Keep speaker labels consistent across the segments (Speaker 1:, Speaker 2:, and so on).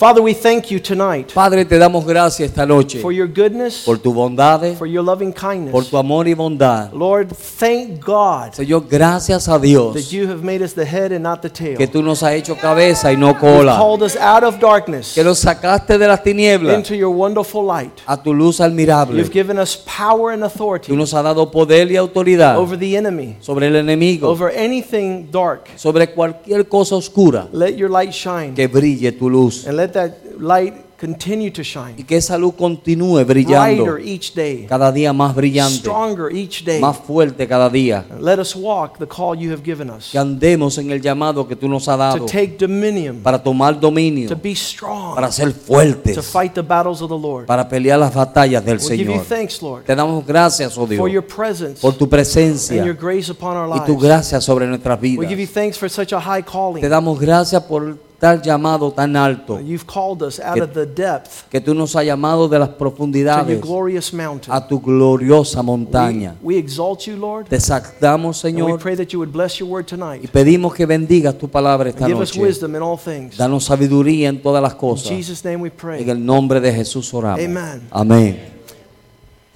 Speaker 1: Father, we thank you tonight
Speaker 2: Padre, te damos gracias esta noche
Speaker 1: for your goodness,
Speaker 2: por tu bondad,
Speaker 1: for your loving
Speaker 2: por
Speaker 1: kindness.
Speaker 2: tu amor y bondad.
Speaker 1: Lord, thank God
Speaker 2: Señor, gracias a
Speaker 1: that
Speaker 2: Dios
Speaker 1: you have made us the head and not the tail.
Speaker 2: que tú nos has hecho cabeza y no
Speaker 1: You
Speaker 2: cola,
Speaker 1: called us out of darkness
Speaker 2: que nos sacaste de las tinieblas
Speaker 1: into your wonderful light.
Speaker 2: a tu luz admirable.
Speaker 1: You've given us power and
Speaker 2: Tú
Speaker 1: authority
Speaker 2: nos has dado poder y autoridad
Speaker 1: over the enemy,
Speaker 2: sobre el enemigo,
Speaker 1: over anything dark.
Speaker 2: sobre cualquier cosa oscura.
Speaker 1: Let your light shine
Speaker 2: Que brille tu luz
Speaker 1: and let that light continue to
Speaker 2: y
Speaker 1: shine.
Speaker 2: que esa luz continúe
Speaker 1: Brighter
Speaker 2: brillando,
Speaker 1: each day,
Speaker 2: cada día más brillante,
Speaker 1: stronger each day.
Speaker 2: más fuerte cada día.
Speaker 1: Let us walk the call you have given us
Speaker 2: Que andemos en el llamado que tú nos has
Speaker 1: to
Speaker 2: dado
Speaker 1: take dominion,
Speaker 2: para tomar
Speaker 1: to
Speaker 2: dominio,
Speaker 1: be strong.
Speaker 2: para ser
Speaker 1: to
Speaker 2: fuertes.
Speaker 1: fight the battles of the Lord.
Speaker 2: para pelear las batallas del
Speaker 1: We give you
Speaker 2: Señor.
Speaker 1: thanks, Lord,
Speaker 2: Te damos gracias, oh Dios,
Speaker 1: for your presence
Speaker 2: por tu
Speaker 1: and your
Speaker 2: presencia
Speaker 1: grace upon our
Speaker 2: y tu
Speaker 1: lives.
Speaker 2: gracia sobre nuestras
Speaker 1: We
Speaker 2: vidas.
Speaker 1: give you thanks for such a high
Speaker 2: Te
Speaker 1: calling.
Speaker 2: damos gracias por tal llamado tan alto
Speaker 1: You've called us out
Speaker 2: Que-
Speaker 1: of the depth
Speaker 2: que tú nos has llamado de las
Speaker 1: to your
Speaker 2: profundidades
Speaker 1: glorious mountain.
Speaker 2: a tu gloriosa
Speaker 1: We,
Speaker 2: montaña.
Speaker 1: we exalt you, Lord,
Speaker 2: Te exaltamos,
Speaker 1: and we
Speaker 2: Señor,
Speaker 1: pray that you would bless your word
Speaker 2: y
Speaker 1: tonight.
Speaker 2: pedimos que bendigas tu palabra esta
Speaker 1: Give us
Speaker 2: noche.
Speaker 1: wisdom in all things. In
Speaker 2: Danos sabiduría en todas las cosas.
Speaker 1: Jesus' name we
Speaker 2: En
Speaker 1: pray.
Speaker 2: el nombre de Jesús oramos.
Speaker 1: Amen.
Speaker 2: Amén.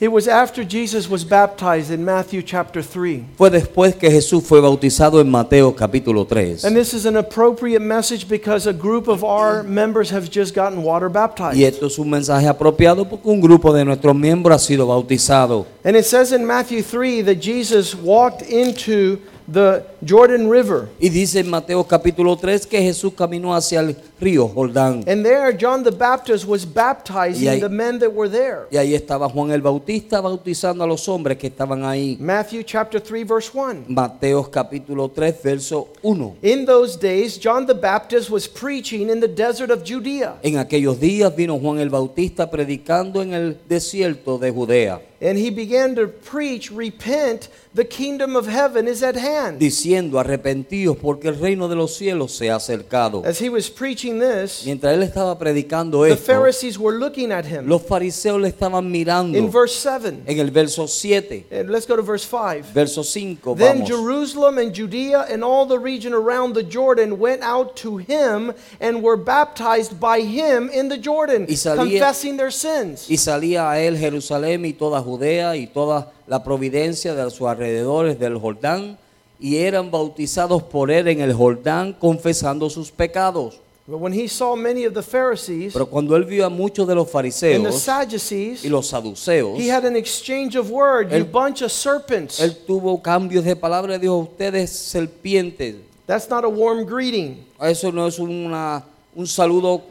Speaker 1: It was after Jesus was baptized in Matthew chapter 3.
Speaker 2: Fue después que Jesús fue bautizado en Mateo capítulo 3.
Speaker 1: And this is an appropriate message because a group of our members have just gotten water baptized.
Speaker 2: Y esto es un mensaje apropiado porque un grupo de nuestros miembros ha sido bautizado.
Speaker 1: And it says in Matthew 3 that Jesus walked into the Jordan River.
Speaker 2: Y dice en Mateo capítulo 3 que Jesús caminó hacia el río Jordán.
Speaker 1: And there, John the Baptist was baptizing
Speaker 2: Y ahí-
Speaker 1: the men that were there.
Speaker 2: Y ahí estaba Juan el Bautista bautizando a los hombres que estaban ahí.
Speaker 1: Matthew chapter 3, verse 1.
Speaker 2: Mateo capítulo 3, verso 1.
Speaker 1: In those days, John the Baptist was preaching in the desert of Judea,
Speaker 2: En aquellos días vino Juan el Bautista predicando en el desierto de Judea,
Speaker 1: and he began to preach, Repent, the kingdom of heaven is at hand.
Speaker 2: diciendo, arrepentidos porque el reino de los cielos se ha acercado.
Speaker 1: As he was preaching this,
Speaker 2: Mientras él estaba predicando
Speaker 1: the
Speaker 2: esto,
Speaker 1: Pharisees were looking at him.
Speaker 2: los fariseos le estaban
Speaker 1: In
Speaker 2: mirando.
Speaker 1: verse 7,
Speaker 2: En el verso 7,
Speaker 1: and let's go to verse 5.
Speaker 2: verso 5,
Speaker 1: Then
Speaker 2: vamos.
Speaker 1: Jerusalem and Judea and all the region around the Jordan went out to him and were baptized by him in the Jordan,
Speaker 2: Y salía-
Speaker 1: confessing their sins.
Speaker 2: Y salía a él Jerusalén y toda Judea y toda la providencia de sus alrededores del Jordán, y eran bautizados por él en el Jordán, confesando sus pecados.
Speaker 1: But when he saw many of the Pharisees
Speaker 2: Pero cuando él vio a muchos de
Speaker 1: and
Speaker 2: los
Speaker 1: the
Speaker 2: fariseos
Speaker 1: Sadducees,
Speaker 2: y los saduceos,
Speaker 1: he had an exchange of words. You
Speaker 2: Él-
Speaker 1: bunch of serpents.
Speaker 2: él tuvo cambios de palabra, dijo, ustedes serpientes,
Speaker 1: That's not a warm greeting.
Speaker 2: eso no es una, un saludo,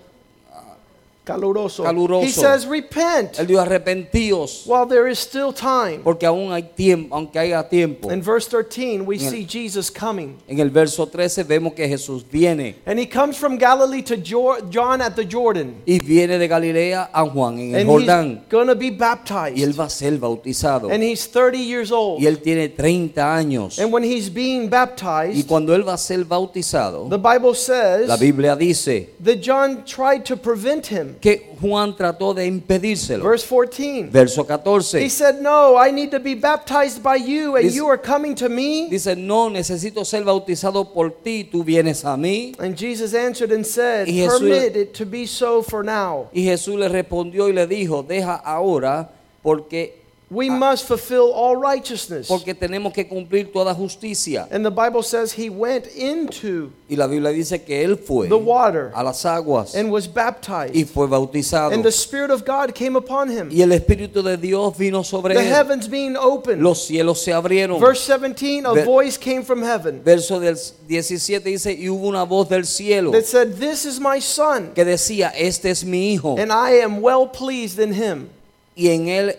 Speaker 1: Caluroso.
Speaker 2: Caluroso.
Speaker 1: He says, repent
Speaker 2: él dijo, arrepentíos,
Speaker 1: while there is still time.
Speaker 2: porque aún hay tiempo, aunque haya tiempo.
Speaker 1: In verse 13, we
Speaker 2: En el-
Speaker 1: see Jesus coming.
Speaker 2: En el verso 13 vemos que Jesús viene.
Speaker 1: And he comes from Galilee to Jor- John at the Jordan.
Speaker 2: y viene de Galilea a Juan en el
Speaker 1: And he's
Speaker 2: Jordán
Speaker 1: going to be baptized.
Speaker 2: y él va a ser bautizado
Speaker 1: And he's 30 years old.
Speaker 2: y él tiene 30 años
Speaker 1: And when he's being
Speaker 2: y
Speaker 1: baptized,
Speaker 2: cuando él va a ser bautizado
Speaker 1: the Bible
Speaker 2: la
Speaker 1: says
Speaker 2: Biblia dice
Speaker 1: that John tried to prevent him.
Speaker 2: que Juan trató de impedírselo
Speaker 1: Verse 14.
Speaker 2: verso
Speaker 1: He
Speaker 2: 14
Speaker 1: said, No, I need to be baptized by you, and
Speaker 2: Dice-
Speaker 1: you are coming to me.
Speaker 2: dice no necesito ser bautizado por ti tú vienes a mí
Speaker 1: And Jesus answered and said,
Speaker 2: Y Jesús-
Speaker 1: Permit it to be so for now.
Speaker 2: y Jesús le respondió y le dijo deja ahora porque
Speaker 1: We must fulfill all righteousness.
Speaker 2: Ah. porque tenemos que cumplir toda justicia
Speaker 1: And the Bible says he went into
Speaker 2: y la Biblia dice que él fue
Speaker 1: the water
Speaker 2: a las aguas
Speaker 1: and was
Speaker 2: y
Speaker 1: baptized.
Speaker 2: fue bautizado
Speaker 1: And the Spirit of God came upon him.
Speaker 2: Y el Espíritu de Dios vino sobre
Speaker 1: The
Speaker 2: él.
Speaker 1: heavens being opened.
Speaker 2: Los cielos se abrieron.
Speaker 1: Verse 17, a
Speaker 2: Ver-
Speaker 1: voice came from heaven
Speaker 2: Verso del 17 dice, y hubo una voz del cielo
Speaker 1: that said, This is my son,
Speaker 2: que decía, este es mi hijo,
Speaker 1: and I am well pleased in him.
Speaker 2: y en él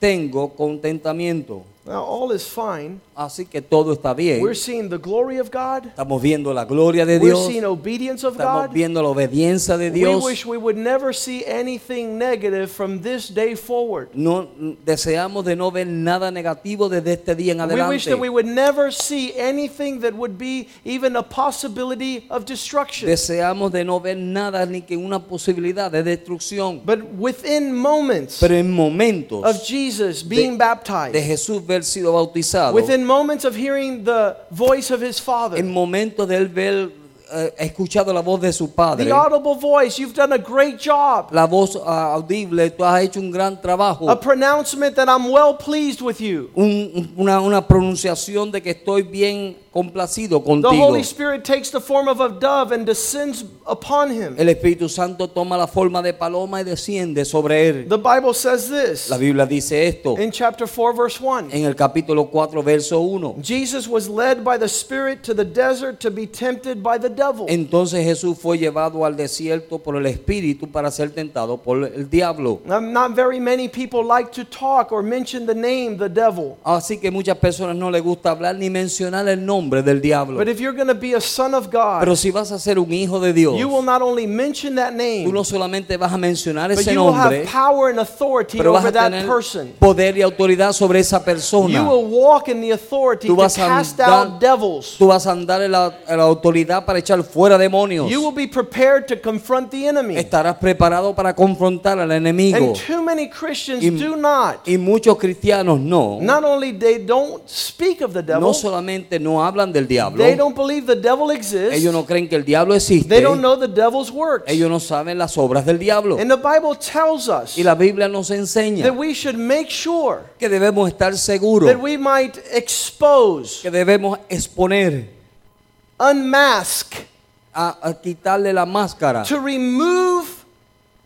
Speaker 2: tengo contentamiento.
Speaker 1: Now, all is fine,
Speaker 2: así que todo está bien.
Speaker 1: We're seeing the glory of God.
Speaker 2: Estamos viendo la gloria de
Speaker 1: We're
Speaker 2: Dios.
Speaker 1: seeing obedience of
Speaker 2: Estamos
Speaker 1: God.
Speaker 2: viendo la obediencia de
Speaker 1: We
Speaker 2: Dios.
Speaker 1: wish we would never see anything negative from this day forward.
Speaker 2: No deseamos de no ver nada negativo desde este día en
Speaker 1: We wish
Speaker 2: adelante.
Speaker 1: that we would never see anything that would be even a possibility of destruction.
Speaker 2: Deseamos de no ver nada ni que una posibilidad de destrucción.
Speaker 1: But within moments
Speaker 2: Pero en momentos
Speaker 1: of Jesus being
Speaker 2: de
Speaker 1: baptized,
Speaker 2: Jesús haber sido bautizado,
Speaker 1: within moments of hearing the voice of his
Speaker 2: en
Speaker 1: Father,
Speaker 2: momentos de él haber eh, escuchado la voz de su padre,
Speaker 1: the audible voice, you've done a great job.
Speaker 2: la voz ah, audible, tú has hecho un gran trabajo,
Speaker 1: A pronouncement that I'm well pleased with you.
Speaker 2: un- una, una pronunciación de que estoy bien complacido
Speaker 1: The
Speaker 2: contigo.
Speaker 1: Holy Spirit takes the form of a dove and descends upon him.
Speaker 2: El Espíritu Santo toma la forma de paloma y desciende sobre él.
Speaker 1: The Bible says this
Speaker 2: La Biblia dice esto
Speaker 1: in chapter 4, verse 1.
Speaker 2: en el capítulo 4, verso 1.
Speaker 1: Jesus was led by the Spirit to the desert to be tempted by the devil.
Speaker 2: Entonces Jesús fue llevado al desierto por el Espíritu para ser tentado por el diablo.
Speaker 1: Um, Not very many people like to talk or mention the name the devil.
Speaker 2: Así que muchas personas no les gusta hablar ni mencionar el nombre del diablo.
Speaker 1: But if you're going to be a son of
Speaker 2: Pero
Speaker 1: God,
Speaker 2: si vas a ser un hijo de Dios,
Speaker 1: you will not only mention that
Speaker 2: tú
Speaker 1: name,
Speaker 2: no solamente vas a mencionar
Speaker 1: but
Speaker 2: ese
Speaker 1: you will have
Speaker 2: nombre,
Speaker 1: power and authority
Speaker 2: pero vas
Speaker 1: over
Speaker 2: a
Speaker 1: that
Speaker 2: tener
Speaker 1: person.
Speaker 2: poder y autoridad sobre esa
Speaker 1: You
Speaker 2: persona.
Speaker 1: will walk in the authority
Speaker 2: Tú
Speaker 1: to
Speaker 2: vas a
Speaker 1: cast
Speaker 2: andar-
Speaker 1: out devils.
Speaker 2: Tú vas a andar en la, en la autoridad para echar fuera demonios.
Speaker 1: You will be prepared to confront the enemy.
Speaker 2: Estarás preparado para confrontar al enemigo.
Speaker 1: And too many Christians
Speaker 2: Y-
Speaker 1: do not.
Speaker 2: Y muchos cristianos no.
Speaker 1: Not only they don't speak of the
Speaker 2: No
Speaker 1: devil,
Speaker 2: solamente no hablan del diablo.
Speaker 1: they don't believe the devil exists.
Speaker 2: Ellos no creen que el diablo
Speaker 1: They
Speaker 2: existe.
Speaker 1: don't know the devil's works.
Speaker 2: Ellos no saben las obras del diablo.
Speaker 1: And the Bible tells us
Speaker 2: Y la Biblia nos enseña
Speaker 1: that we should make sure
Speaker 2: que debemos estar seguros,
Speaker 1: that we might expose,
Speaker 2: que debemos exponer,
Speaker 1: unmask,
Speaker 2: Ah. a, a quitarle la máscara
Speaker 1: to remove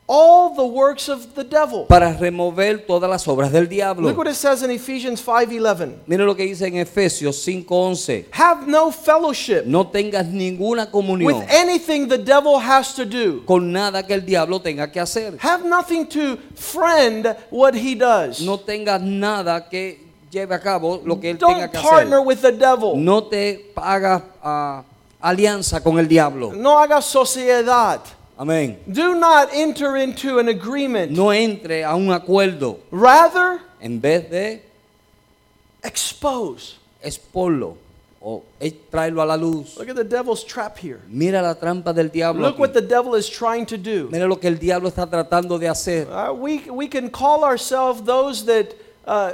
Speaker 1: all the works of the devil.
Speaker 2: para remover todas las obras del diablo.
Speaker 1: Look what it says in Ephesians 5:11.
Speaker 2: Mira lo que dice en Efesios 5:11.
Speaker 1: Have no fellowship
Speaker 2: No tengas ninguna
Speaker 1: with
Speaker 2: comunión
Speaker 1: anything the devil has to do.
Speaker 2: con nada que el diablo tenga que hacer.
Speaker 1: Have nothing to friend what he does.
Speaker 2: No tengas nada que lleve a cabo lo que él tenga
Speaker 1: Don't
Speaker 2: que hacer.
Speaker 1: partner with the devil.
Speaker 2: No te hagas ah, alianza con el diablo.
Speaker 1: No hagas sociedad.
Speaker 2: Amén.
Speaker 1: Do not enter into an agreement.
Speaker 2: No entre a un acuerdo
Speaker 1: Rather,
Speaker 2: en vez de
Speaker 1: expose.
Speaker 2: exporlo o e- traerlo a la luz.
Speaker 1: Look at the devil's trap here.
Speaker 2: Mira la trampa del diablo.
Speaker 1: Look
Speaker 2: aquí.
Speaker 1: what the devil is trying to do.
Speaker 2: Mira lo que el diablo está tratando de hacer.
Speaker 1: Uh, we, we can call ourselves those that uh,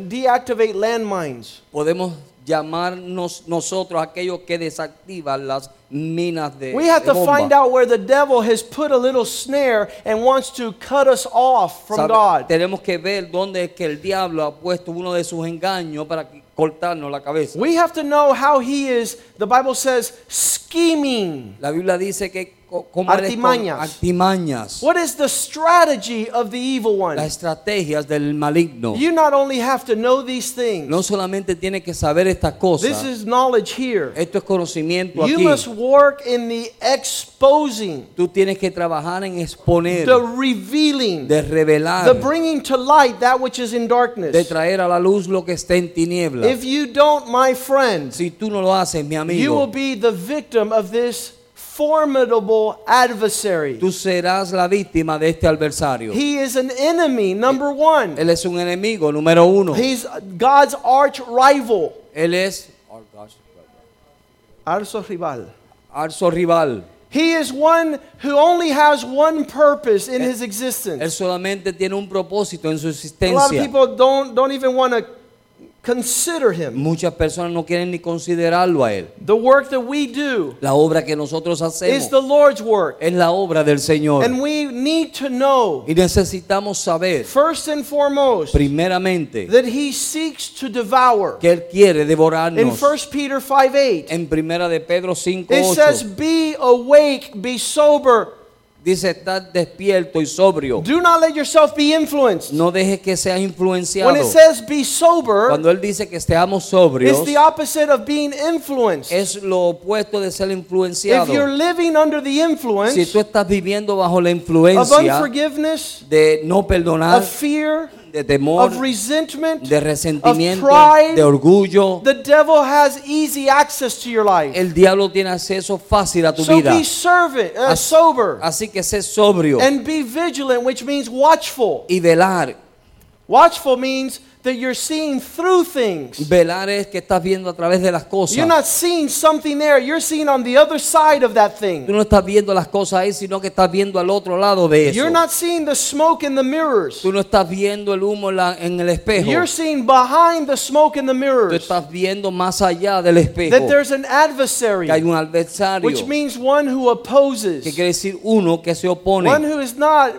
Speaker 1: deactivate landmines.
Speaker 2: Podemos llamarnos nosotros aquellos que desactivan las minas de,
Speaker 1: We have
Speaker 2: de
Speaker 1: to
Speaker 2: bomba.
Speaker 1: find out where the devil has put a little snare and wants to cut us off from
Speaker 2: Sabe-
Speaker 1: God.
Speaker 2: Tenemos que ver dónde es que el diablo ha puesto uno de sus engaños para que- cortarnos la cabeza.
Speaker 1: We have to know how he is, the Bible says, scheming.
Speaker 2: La Biblia dice que co- como él es con
Speaker 1: Artimañas.
Speaker 2: artimañas,
Speaker 1: What is the strategy of the evil
Speaker 2: las
Speaker 1: one?
Speaker 2: estrategias del maligno.
Speaker 1: You not only have to know these
Speaker 2: No
Speaker 1: things,
Speaker 2: solamente tiene que saber estas
Speaker 1: this
Speaker 2: cosas.
Speaker 1: is knowledge here.
Speaker 2: Esto es conocimiento
Speaker 1: You
Speaker 2: aquí.
Speaker 1: must work in the exposing,
Speaker 2: Tú tienes que trabajar en exponer,
Speaker 1: the revealing,
Speaker 2: de
Speaker 1: the
Speaker 2: revelar,
Speaker 1: bringing to light that which is in
Speaker 2: de
Speaker 1: darkness.
Speaker 2: traer a la luz lo que está en tinieblas.
Speaker 1: If you don't, my friends,
Speaker 2: Si tú no lo haces, mi
Speaker 1: you will
Speaker 2: amigo,
Speaker 1: be the victim of this formidable adversary.
Speaker 2: tú serás la víctima de este adversario.
Speaker 1: He is an enemy, number one.
Speaker 2: Él es un enemigo número uno.
Speaker 1: He's God's arch rival.
Speaker 2: Él es
Speaker 1: Arso rival.
Speaker 2: arzo rival.
Speaker 1: He is one who only has one purpose in his
Speaker 2: Él
Speaker 1: existence.
Speaker 2: solamente tiene un propósito en su
Speaker 1: A lot of
Speaker 2: existencia.
Speaker 1: people don't, don't even want to consider him.
Speaker 2: Muchas personas no quieren ni considerarlo a él.
Speaker 1: The work that we do
Speaker 2: La obra que
Speaker 1: is
Speaker 2: nosotros hacemos
Speaker 1: the Lord's work.
Speaker 2: es la obra del Señor.
Speaker 1: And we need to know,
Speaker 2: Y necesitamos saber,
Speaker 1: first and foremost,
Speaker 2: primeramente,
Speaker 1: that He seeks to devour.
Speaker 2: que Él quiere
Speaker 1: In
Speaker 2: devorarnos.
Speaker 1: 1 Peter 5 8,
Speaker 2: En primera de Pedro 5,
Speaker 1: it says, Be awake, be sober,
Speaker 2: dice estar despierto y sobrio.
Speaker 1: do not let yourself be influenced.
Speaker 2: No dejes que seas
Speaker 1: When
Speaker 2: influenciado.
Speaker 1: it says be sober,
Speaker 2: Cuando él dice que estemos sobrios,
Speaker 1: it's the opposite of being influenced.
Speaker 2: es lo opuesto de ser
Speaker 1: If
Speaker 2: influenciado.
Speaker 1: you're living under the
Speaker 2: Si
Speaker 1: influence
Speaker 2: tú estás viviendo bajo la
Speaker 1: of
Speaker 2: influencia
Speaker 1: unforgiveness,
Speaker 2: de no perdonar,
Speaker 1: of fear,
Speaker 2: de temor,
Speaker 1: of resentment,
Speaker 2: de resentimiento,
Speaker 1: of pride.
Speaker 2: de orgullo.
Speaker 1: The devil has easy access to your life.
Speaker 2: El diablo tiene acceso fácil a tu
Speaker 1: So
Speaker 2: vida.
Speaker 1: be servant, uh,
Speaker 2: As-
Speaker 1: sober
Speaker 2: Así que sé sobrio
Speaker 1: and be vigilant, which means watchful.
Speaker 2: y velar.
Speaker 1: Watchful means that you're seeing through things.
Speaker 2: Velar es que estás viendo a través de las cosas.
Speaker 1: You're not seeing something there, you're seeing on the other side of that
Speaker 2: Tú
Speaker 1: thing.
Speaker 2: no estás viendo las cosas ahí, sino que estás viendo al otro lado de eso.
Speaker 1: You're not seeing the smoke in the mirrors.
Speaker 2: Tú no estás viendo el humo en, la- en el espejo.
Speaker 1: You're seeing behind the smoke in the
Speaker 2: Tú
Speaker 1: mirrors
Speaker 2: estás viendo más allá del espejo.
Speaker 1: that there's an adversary,
Speaker 2: Que hay un adversario.
Speaker 1: which means one who
Speaker 2: Que
Speaker 1: opposes,
Speaker 2: quiere decir uno que se opone.
Speaker 1: one who is not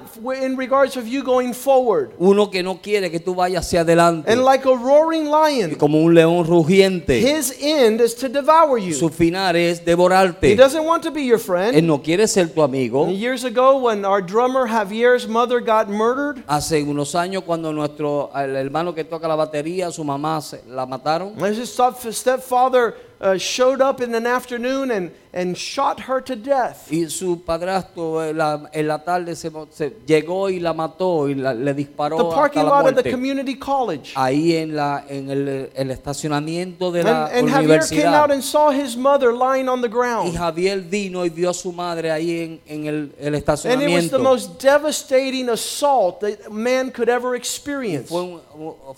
Speaker 1: in regards of you going forward.
Speaker 2: Uno que no quiere que tú vayas hacia adelante.
Speaker 1: And like a roaring
Speaker 2: Y
Speaker 1: lion,
Speaker 2: como un león rugiente.
Speaker 1: his end is to devour
Speaker 2: Su
Speaker 1: you.
Speaker 2: final es
Speaker 1: He
Speaker 2: devorarte.
Speaker 1: doesn't want to be your friend.
Speaker 2: Él no quiere ser tu amigo.
Speaker 1: And years ago, when our drummer Javier's mother got murdered,
Speaker 2: Hace unos años cuando nuestro el hermano que toca la batería, su mamá se- la mataron.
Speaker 1: my his step- stepfather uh, showed up in an afternoon and, and shot her to death.
Speaker 2: Y su padrastro eh, la- en la tarde se, mo- se- llegó y la mató y la- le disparó
Speaker 1: The
Speaker 2: hasta
Speaker 1: parking
Speaker 2: la
Speaker 1: lot of the
Speaker 2: muerte.
Speaker 1: community college.
Speaker 2: Ahí en la en el, el estacionamiento de
Speaker 1: And,
Speaker 2: la
Speaker 1: and Javier came out
Speaker 2: universidad.
Speaker 1: and saw his mother lying on the
Speaker 2: Y
Speaker 1: ground.
Speaker 2: Javier vino y vio a su madre ahí en, en el,
Speaker 1: And it
Speaker 2: el
Speaker 1: was the
Speaker 2: estacionamiento.
Speaker 1: most devastating assault that man could ever experience.
Speaker 2: Fue un,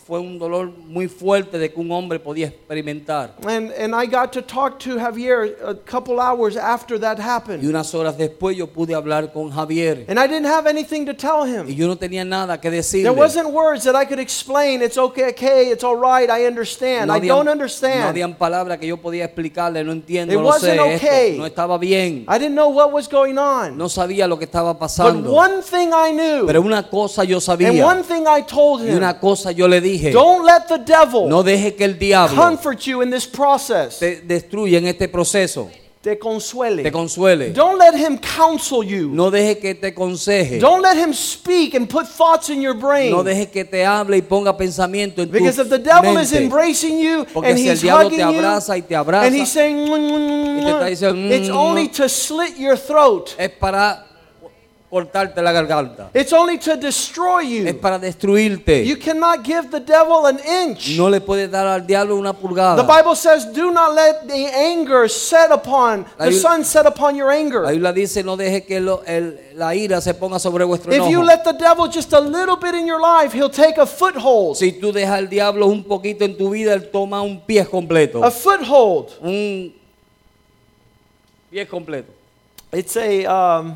Speaker 2: fue un dolor muy fuerte de que un hombre podía experimentar.
Speaker 1: And, and I got to talk to Javier a couple hours after that
Speaker 2: Y
Speaker 1: happened.
Speaker 2: unas horas después yo pude hablar con Javier.
Speaker 1: And I didn't have anything to tell
Speaker 2: Y
Speaker 1: him.
Speaker 2: yo no tenía nada que decirle.
Speaker 1: There wasn't words that I could explain. It's okay, okay, it's all right, I understand.
Speaker 2: No
Speaker 1: I
Speaker 2: habían-
Speaker 1: don't
Speaker 2: No
Speaker 1: understand.
Speaker 2: habían palabras que yo podía explicarle, no entiendo,
Speaker 1: It
Speaker 2: no sé,
Speaker 1: wasn't
Speaker 2: esto
Speaker 1: okay.
Speaker 2: no estaba bien,
Speaker 1: I didn't know what was going on.
Speaker 2: no sabía lo que estaba
Speaker 1: But
Speaker 2: pasando.
Speaker 1: one thing I
Speaker 2: pero
Speaker 1: knew,
Speaker 2: una cosa yo
Speaker 1: and
Speaker 2: sabía
Speaker 1: one thing I told
Speaker 2: y
Speaker 1: him
Speaker 2: una cosa yo le dije,
Speaker 1: don't let the devil
Speaker 2: no deje que el diablo
Speaker 1: comfort you in this process.
Speaker 2: te destruya en este proceso,
Speaker 1: Te
Speaker 2: te
Speaker 1: consuele.
Speaker 2: consuele,
Speaker 1: Don't let him counsel you.
Speaker 2: no deje que te aconseje,
Speaker 1: Don't let him speak and put thoughts in your
Speaker 2: no
Speaker 1: brain.
Speaker 2: deje que te hable y ponga pensamiento en tu
Speaker 1: Because if the devil is
Speaker 2: mente.
Speaker 1: embracing you
Speaker 2: Porque
Speaker 1: and
Speaker 2: si el
Speaker 1: he's
Speaker 2: diablo te
Speaker 1: hugging you
Speaker 2: abraza y te abraza,
Speaker 1: and he's saying, "Mm, "Mua, mua, mua,
Speaker 2: Y te está diciendo,
Speaker 1: mua," it's
Speaker 2: "Mm,
Speaker 1: only
Speaker 2: mua."
Speaker 1: to slit your throat.
Speaker 2: es para cortarte la garganta,
Speaker 1: It's only to destroy
Speaker 2: es
Speaker 1: you.
Speaker 2: para destruirte.
Speaker 1: You cannot give the devil an inch.
Speaker 2: No le puedes dar al diablo una
Speaker 1: The
Speaker 2: pulgada.
Speaker 1: Bible says, "Do not let the anger set upon
Speaker 2: La
Speaker 1: the
Speaker 2: Bib-
Speaker 1: sun set upon your
Speaker 2: La
Speaker 1: anger."
Speaker 2: Biblia dice, no deje que lo- el- la ira se ponga sobre vuestro
Speaker 1: If you
Speaker 2: enojo.
Speaker 1: let the devil just a little bit in your life, he'll take a foothold.
Speaker 2: Si tú dejas al diablo un poquito en tu vida, él toma un pie completo.
Speaker 1: A foothold.
Speaker 2: Un pie completo.
Speaker 1: It's a. Um,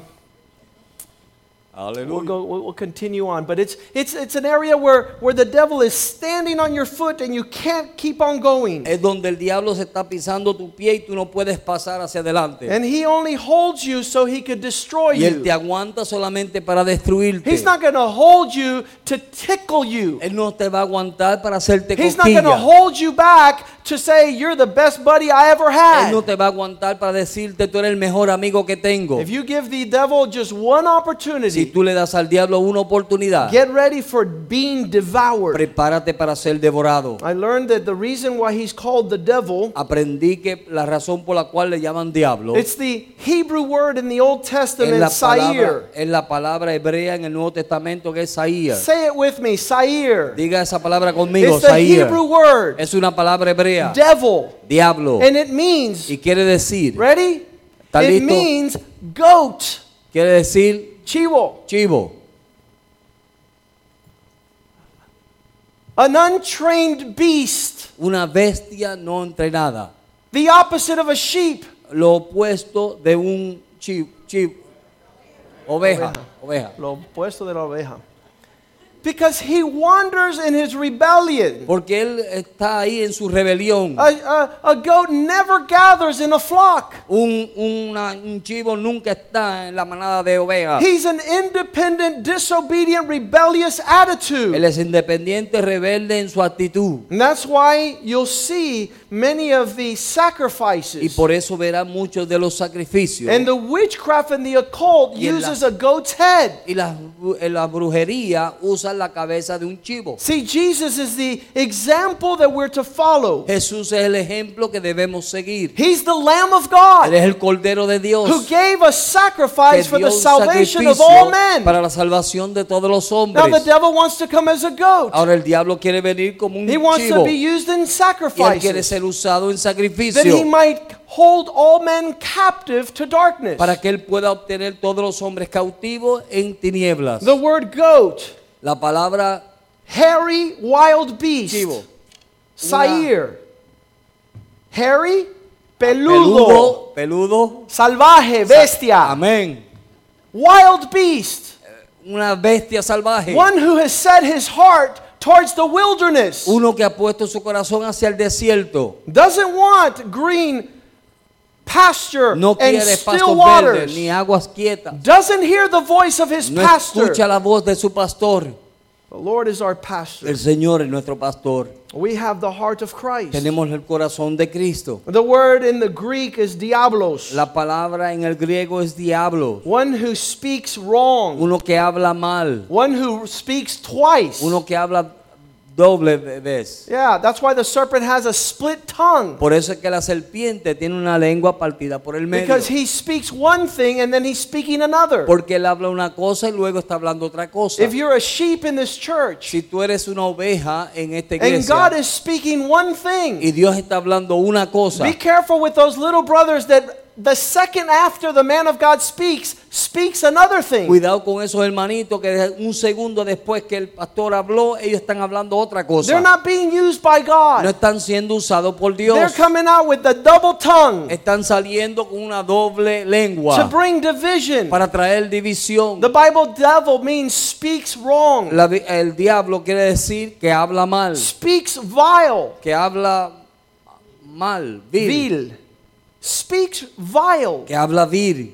Speaker 1: we'll
Speaker 2: Aleluya.
Speaker 1: go. We'll we'll continue on, but it's it's it's an area where where the devil is standing on your foot and you can't keep on going,
Speaker 2: Es donde el diablo se está pisando tu pie y tú no puedes pasar hacia adelante.
Speaker 1: and he only holds you so he could destroy
Speaker 2: Y él te
Speaker 1: you.
Speaker 2: aguanta solamente para destruirte.
Speaker 1: He's not going to hold you to tickle you.
Speaker 2: Él no te va a aguantar para hacerte
Speaker 1: He's not going to
Speaker 2: cosquillas.
Speaker 1: hold you back to say you're the best buddy I ever
Speaker 2: Él Eh, no
Speaker 1: had.
Speaker 2: te va a aguantar para decirte tú eres el mejor amigo que tengo.
Speaker 1: If you give the devil just one
Speaker 2: Si
Speaker 1: opportunity,
Speaker 2: tú le das al diablo una oportunidad,
Speaker 1: get ready for being devoured.
Speaker 2: prepárate para ser devorado.
Speaker 1: I learned that the reason why he's called the devil
Speaker 2: Aprendí que la razón por la cual le llaman diablo
Speaker 1: It's the Hebrew word in the Old
Speaker 2: es la,
Speaker 1: Testament,
Speaker 2: palabra,
Speaker 1: Sair.
Speaker 2: es la palabra hebrea en el Nuevo Testamento que es Saía.
Speaker 1: Say it with me, Sair.
Speaker 2: Diga esa palabra conmigo,
Speaker 1: It's the
Speaker 2: Saía.
Speaker 1: Hebrew word,
Speaker 2: Es una palabra hebrea,
Speaker 1: devil.
Speaker 2: diablo.
Speaker 1: And it means,
Speaker 2: Y quiere decir,
Speaker 1: ready?
Speaker 2: ¿Está
Speaker 1: It
Speaker 2: listo?
Speaker 1: means goat,
Speaker 2: quiere decir
Speaker 1: chivo,
Speaker 2: chivo,
Speaker 1: an untrained beast,
Speaker 2: una bestia no entrenada.
Speaker 1: the opposite of a sheep.
Speaker 2: Lo opuesto de un chivo, oveja, oveja.
Speaker 1: Lo opuesto de la oveja. Because he wanders in his rebellion.
Speaker 2: Porque él está ahí en su rebelión.
Speaker 1: A, a, a goat never gathers in a flock.
Speaker 2: Un, una- un chivo nunca está en la manada de ovejas.
Speaker 1: He's an independent, disobedient, rebellious attitude.
Speaker 2: Él es independiente, rebelde en su actitud.
Speaker 1: And that's why you'll see many of the
Speaker 2: Y
Speaker 1: sacrifices.
Speaker 2: por eso verá muchos de los sacrificios.
Speaker 1: And the witchcraft and the occult
Speaker 2: Y en la-
Speaker 1: uses a goat's head.
Speaker 2: y la, bru- eh, la brujería usa pisar la cabeza de un chivo.
Speaker 1: See, Jesus is the example that we're to follow.
Speaker 2: Jesús es el ejemplo que debemos seguir.
Speaker 1: He's the Lamb of
Speaker 2: Él
Speaker 1: God
Speaker 2: es el Cordero de
Speaker 1: who
Speaker 2: Dios
Speaker 1: gave us
Speaker 2: que
Speaker 1: sacrifice for
Speaker 2: dio
Speaker 1: the
Speaker 2: un
Speaker 1: salvation of
Speaker 2: sacrificio
Speaker 1: all men.
Speaker 2: para la salvación de todos los
Speaker 1: Now the
Speaker 2: hombres.
Speaker 1: devil wants to come as a goat.
Speaker 2: Ahora el diablo quiere venir como un
Speaker 1: He wants to
Speaker 2: chivo
Speaker 1: be
Speaker 2: y
Speaker 1: used in
Speaker 2: él quiere
Speaker 1: sacrifices
Speaker 2: ser usado en
Speaker 1: that he
Speaker 2: sacrificio
Speaker 1: might hold all men captive to darkness.
Speaker 2: para que él pueda obtener todos los hombres cautivos en tinieblas.
Speaker 1: The word goat,
Speaker 2: La palabra
Speaker 1: hairy wild beast,
Speaker 2: chivo,
Speaker 1: sair, hairy, peludo,
Speaker 2: peludo, peludo,
Speaker 1: salvaje, bestia,
Speaker 2: amén.
Speaker 1: wild beast.
Speaker 2: Una bestia salvaje.
Speaker 1: One who has set his heart towards the wilderness.
Speaker 2: Uno que ha puesto su corazón hacia el desierto.
Speaker 1: Doesn't want green pasture
Speaker 2: No
Speaker 1: and
Speaker 2: quiere
Speaker 1: still
Speaker 2: pastos
Speaker 1: waters.
Speaker 2: verdes ni aguas quietas.
Speaker 1: Doesn't hear the voice of his
Speaker 2: No
Speaker 1: pastor.
Speaker 2: escucha la voz de su pastor.
Speaker 1: The Lord is our pastor.
Speaker 2: El Señor es nuestro pastor.
Speaker 1: We have the heart of Christ.
Speaker 2: Tenemos el corazón de Cristo.
Speaker 1: The word in the Greek is diablos.
Speaker 2: La palabra en el griego es diablo.
Speaker 1: One who speaks wrong.
Speaker 2: Uno que habla mal.
Speaker 1: One who speaks twice.
Speaker 2: Uno que habla doble ve- vez.
Speaker 1: Yeah, that's why the serpent has a split tongue.
Speaker 2: Por eso es que la serpiente tiene una lengua partida por el medio.
Speaker 1: Because he speaks one thing and then he's speaking another.
Speaker 2: Porque él habla una cosa y luego está hablando otra cosa.
Speaker 1: If you're a sheep in this church
Speaker 2: Si tú eres una oveja en esta
Speaker 1: and God
Speaker 2: iglesia
Speaker 1: is speaking one
Speaker 2: y
Speaker 1: thing,
Speaker 2: Dios está hablando una cosa,
Speaker 1: be careful with those little brothers that the second after the man of God speaks, speaks another thing.
Speaker 2: cuidado con esos hermanitos que un segundo después que el pastor habló, ellos están hablando otra
Speaker 1: They're
Speaker 2: cosa.
Speaker 1: not being used by
Speaker 2: No
Speaker 1: God.
Speaker 2: están siendo usados por
Speaker 1: They're
Speaker 2: Dios.
Speaker 1: coming out with the double tongue
Speaker 2: Están saliendo con una doble
Speaker 1: to
Speaker 2: lengua
Speaker 1: bring division.
Speaker 2: para traer división.
Speaker 1: The Bible devil means speaks wrong,
Speaker 2: La di- el diablo quiere decir que habla mal,
Speaker 1: speaks vile,
Speaker 2: que habla mal, vil,
Speaker 1: vil, speaks vile,
Speaker 2: que habla vil,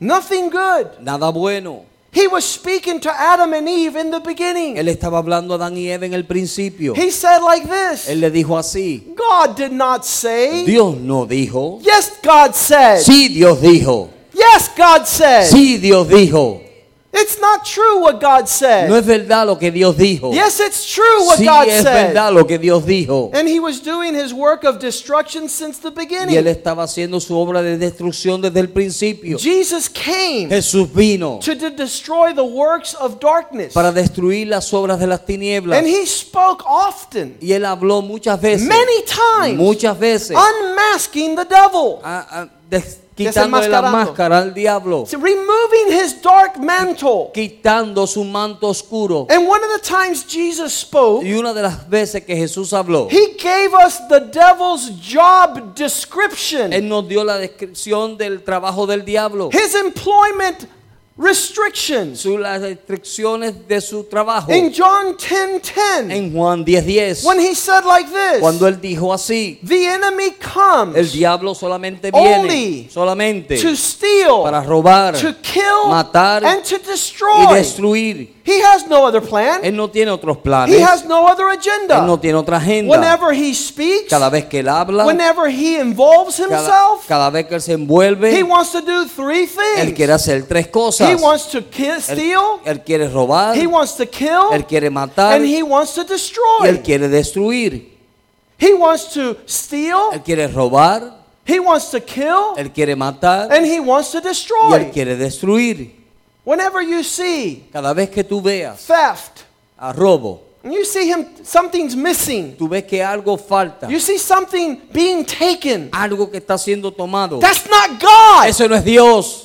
Speaker 1: nothing good.
Speaker 2: nada bueno.
Speaker 1: He was speaking to Adam and Eve in the beginning.
Speaker 2: Él estaba hablando a Adán y Eva en el principio.
Speaker 1: He said like this
Speaker 2: Él le dijo así,
Speaker 1: God did not say.
Speaker 2: Dios no dijo.
Speaker 1: Yes, God said.
Speaker 2: Sí, Dios dijo.
Speaker 1: Yes, God said.
Speaker 2: Sí, Dios dijo.
Speaker 1: It's not true what God
Speaker 2: No
Speaker 1: said.
Speaker 2: es verdad lo que Dios dijo.
Speaker 1: Yes, it's true what
Speaker 2: sí,
Speaker 1: God
Speaker 2: es
Speaker 1: said.
Speaker 2: verdad lo que Dios dijo.
Speaker 1: And he was doing his work of destruction since the
Speaker 2: Y él
Speaker 1: beginning.
Speaker 2: estaba haciendo su obra de destrucción desde el principio.
Speaker 1: Jesus came
Speaker 2: Jesús vino
Speaker 1: to de- destroy the works of darkness.
Speaker 2: para destruir las obras de las tinieblas.
Speaker 1: And he spoke often,
Speaker 2: Y él habló muchas veces.
Speaker 1: many times,
Speaker 2: Muchas veces. Ah.
Speaker 1: unmasking the devil,
Speaker 2: a- a- des- quitándole la
Speaker 1: Desenmascarando.
Speaker 2: máscara al diablo.
Speaker 1: removing his dark mantle.
Speaker 2: Quitando su manto oscuro.
Speaker 1: And one of the times Jesus spoke,
Speaker 2: Y una de las veces que Jesús habló,
Speaker 1: he gave us the devil's job description,
Speaker 2: él nos dio la descripción del trabajo del diablo.
Speaker 1: his employment restrictions.
Speaker 2: Su- las restricciones de su trabajo.
Speaker 1: In John 10:10,
Speaker 2: en Juan 10:10
Speaker 1: when he said like this,
Speaker 2: cuando él dijo así
Speaker 1: the enemy
Speaker 2: el
Speaker 1: comes
Speaker 2: diablo solamente
Speaker 1: Only
Speaker 2: viene solamente
Speaker 1: to steal,
Speaker 2: para robar
Speaker 1: to kill,
Speaker 2: matar
Speaker 1: and to
Speaker 2: y
Speaker 1: destroy.
Speaker 2: destruir
Speaker 1: He has no other plan.
Speaker 2: él no tiene otros
Speaker 1: He
Speaker 2: planes
Speaker 1: has no other
Speaker 2: él no
Speaker 1: agenda.
Speaker 2: tiene otra agenda
Speaker 1: Whenever he speaks,
Speaker 2: cada vez que él habla
Speaker 1: whenever he involves
Speaker 2: cada,
Speaker 1: himself,
Speaker 2: cada vez que él se
Speaker 1: he
Speaker 2: envuelve
Speaker 1: wants to do three
Speaker 2: él
Speaker 1: things.
Speaker 2: quiere hacer tres
Speaker 1: He
Speaker 2: cosas
Speaker 1: wants to kill,
Speaker 2: él,
Speaker 1: steal,
Speaker 2: él quiere robar
Speaker 1: he wants to kill,
Speaker 2: él quiere matar
Speaker 1: and
Speaker 2: y
Speaker 1: he wants to destroy.
Speaker 2: él quiere destruir
Speaker 1: He wants to steal,
Speaker 2: él quiere robar
Speaker 1: he wants to kill,
Speaker 2: él quiere matar
Speaker 1: and he wants to
Speaker 2: y él
Speaker 1: destroy.
Speaker 2: quiere destruir
Speaker 1: Whenever you see
Speaker 2: cada vez que tú veas
Speaker 1: theft,
Speaker 2: a robo
Speaker 1: and you see him, something's missing,
Speaker 2: tú ves que algo falta,
Speaker 1: you see something being taken,
Speaker 2: algo que está siendo tomado.
Speaker 1: that's not God.
Speaker 2: Eso no es Dios.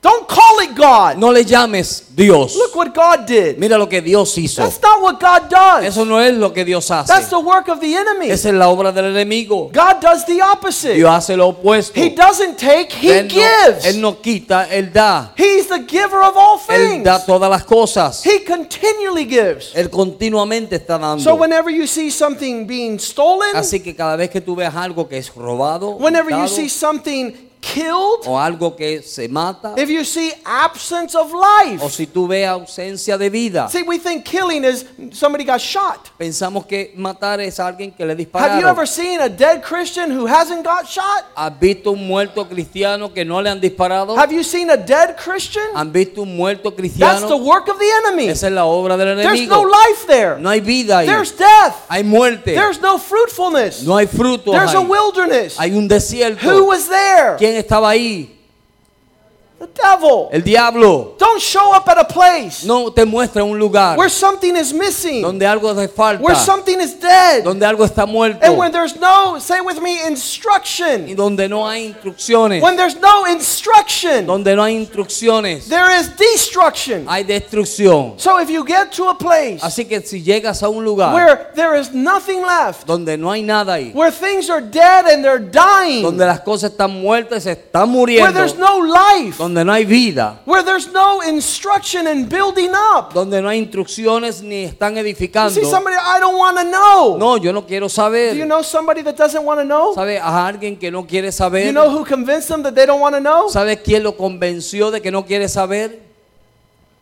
Speaker 1: Don't call it God.
Speaker 2: No le llames Dios.
Speaker 1: Look what God did.
Speaker 2: Mira lo que Dios hizo.
Speaker 1: That's not what God does.
Speaker 2: Eso no es lo que Dios
Speaker 1: That's
Speaker 2: hace.
Speaker 1: the work of the enemy.
Speaker 2: Esa es la obra del enemigo.
Speaker 1: God does the opposite.
Speaker 2: Dios hace lo opuesto.
Speaker 1: He doesn't take, he
Speaker 2: él, no,
Speaker 1: gives.
Speaker 2: él no quita, él da.
Speaker 1: He's the giver of all
Speaker 2: Él
Speaker 1: things.
Speaker 2: da todas las cosas.
Speaker 1: He continually gives.
Speaker 2: Él continuamente está dando.
Speaker 1: So whenever you see something being stolen,
Speaker 2: Así que cada vez que tú veas algo que es robado,
Speaker 1: whenever you
Speaker 2: hurtado,
Speaker 1: see something killed,
Speaker 2: o algo que se mata,
Speaker 1: if you see absence of life,
Speaker 2: o si tú ves ausencia de vida.
Speaker 1: see, we think killing is somebody got shot.
Speaker 2: Pensamos que matar es a alguien que le
Speaker 1: Have you ever
Speaker 2: dispararon.
Speaker 1: seen a dead Christian who hasn't got shot?
Speaker 2: ¿Has visto un muerto cristiano que no le han disparado?
Speaker 1: Have you seen a dead Christian?
Speaker 2: ¿Han visto un muerto
Speaker 1: That's the
Speaker 2: cristiano?
Speaker 1: work of the enemy.
Speaker 2: Esa es la obra del
Speaker 1: There's no
Speaker 2: enemigo.
Speaker 1: life there.
Speaker 2: No hay vida ahí.
Speaker 1: There's death.
Speaker 2: Hay muerte.
Speaker 1: There's no fruitfulness.
Speaker 2: No hay frutos
Speaker 1: There's a
Speaker 2: ahí.
Speaker 1: wilderness.
Speaker 2: Hay un
Speaker 1: Who
Speaker 2: desierto.
Speaker 1: was there?
Speaker 2: ¿Quién estaba ahí?
Speaker 1: The devil.
Speaker 2: El diablo.
Speaker 1: Don't show up at a place
Speaker 2: No te muestra un lugar
Speaker 1: where something is missing,
Speaker 2: donde algo hace
Speaker 1: where
Speaker 2: falta,
Speaker 1: something is dead,
Speaker 2: donde algo está muerto
Speaker 1: and when there's no, say with me,
Speaker 2: y
Speaker 1: instruction.
Speaker 2: donde no hay instrucciones.
Speaker 1: When there's no instruction,
Speaker 2: Donde no hay instrucciones,
Speaker 1: there is destruction.
Speaker 2: hay destrucción.
Speaker 1: So if you get to a place
Speaker 2: Así que si llegas a un lugar
Speaker 1: where there is nothing left,
Speaker 2: donde no hay nada ahí,
Speaker 1: where things are dead and they're dying,
Speaker 2: donde las cosas están muertas y se están
Speaker 1: where
Speaker 2: muriendo,
Speaker 1: there's no life,
Speaker 2: donde no hay vida,
Speaker 1: where there's no instruction and building up.
Speaker 2: donde no hay instrucciones ni están
Speaker 1: You
Speaker 2: edificando.
Speaker 1: see somebody I don't want to know.
Speaker 2: No, yo no quiero
Speaker 1: Do you
Speaker 2: saber.
Speaker 1: know somebody that doesn't want to know?
Speaker 2: ¿Sabe a alguien que no quiere
Speaker 1: You
Speaker 2: saber?
Speaker 1: know who convinced them that they don't want to know?
Speaker 2: ¿Sabe quién lo convenció de que no quiere saber?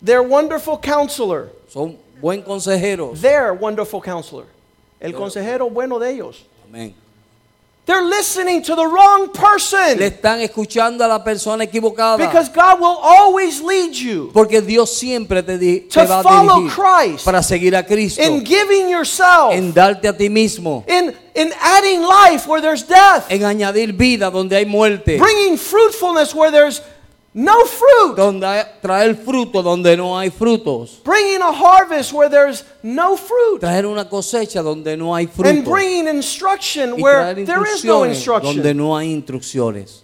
Speaker 1: Their wonderful counselor.
Speaker 2: Son buen consejeros.
Speaker 1: Their wonderful counselor. El consejero bueno de ellos.
Speaker 2: Amén.
Speaker 1: They're listening to the wrong
Speaker 2: Le
Speaker 1: person
Speaker 2: están escuchando a la persona equivocada.
Speaker 1: because God will always lead you
Speaker 2: Porque Dios siempre te, di-
Speaker 1: To
Speaker 2: te va
Speaker 1: follow
Speaker 2: a dirigir
Speaker 1: Christ.
Speaker 2: para seguir a Cristo.
Speaker 1: in giving yourself,
Speaker 2: En darte a ti mismo.
Speaker 1: in, in adding life where there's death,
Speaker 2: En añadir vida donde hay muerte.
Speaker 1: bringing fruitfulness where there's no fruit,
Speaker 2: Donde hay- traer fruto donde no hay frutos.
Speaker 1: bringing a harvest where there's no fruit.
Speaker 2: Traer una cosecha donde no hay
Speaker 1: and
Speaker 2: frutos.
Speaker 1: bringing instruction
Speaker 2: Y
Speaker 1: where
Speaker 2: traer
Speaker 1: there is no
Speaker 2: instrucciones donde
Speaker 1: instruction.
Speaker 2: no hay instrucciones.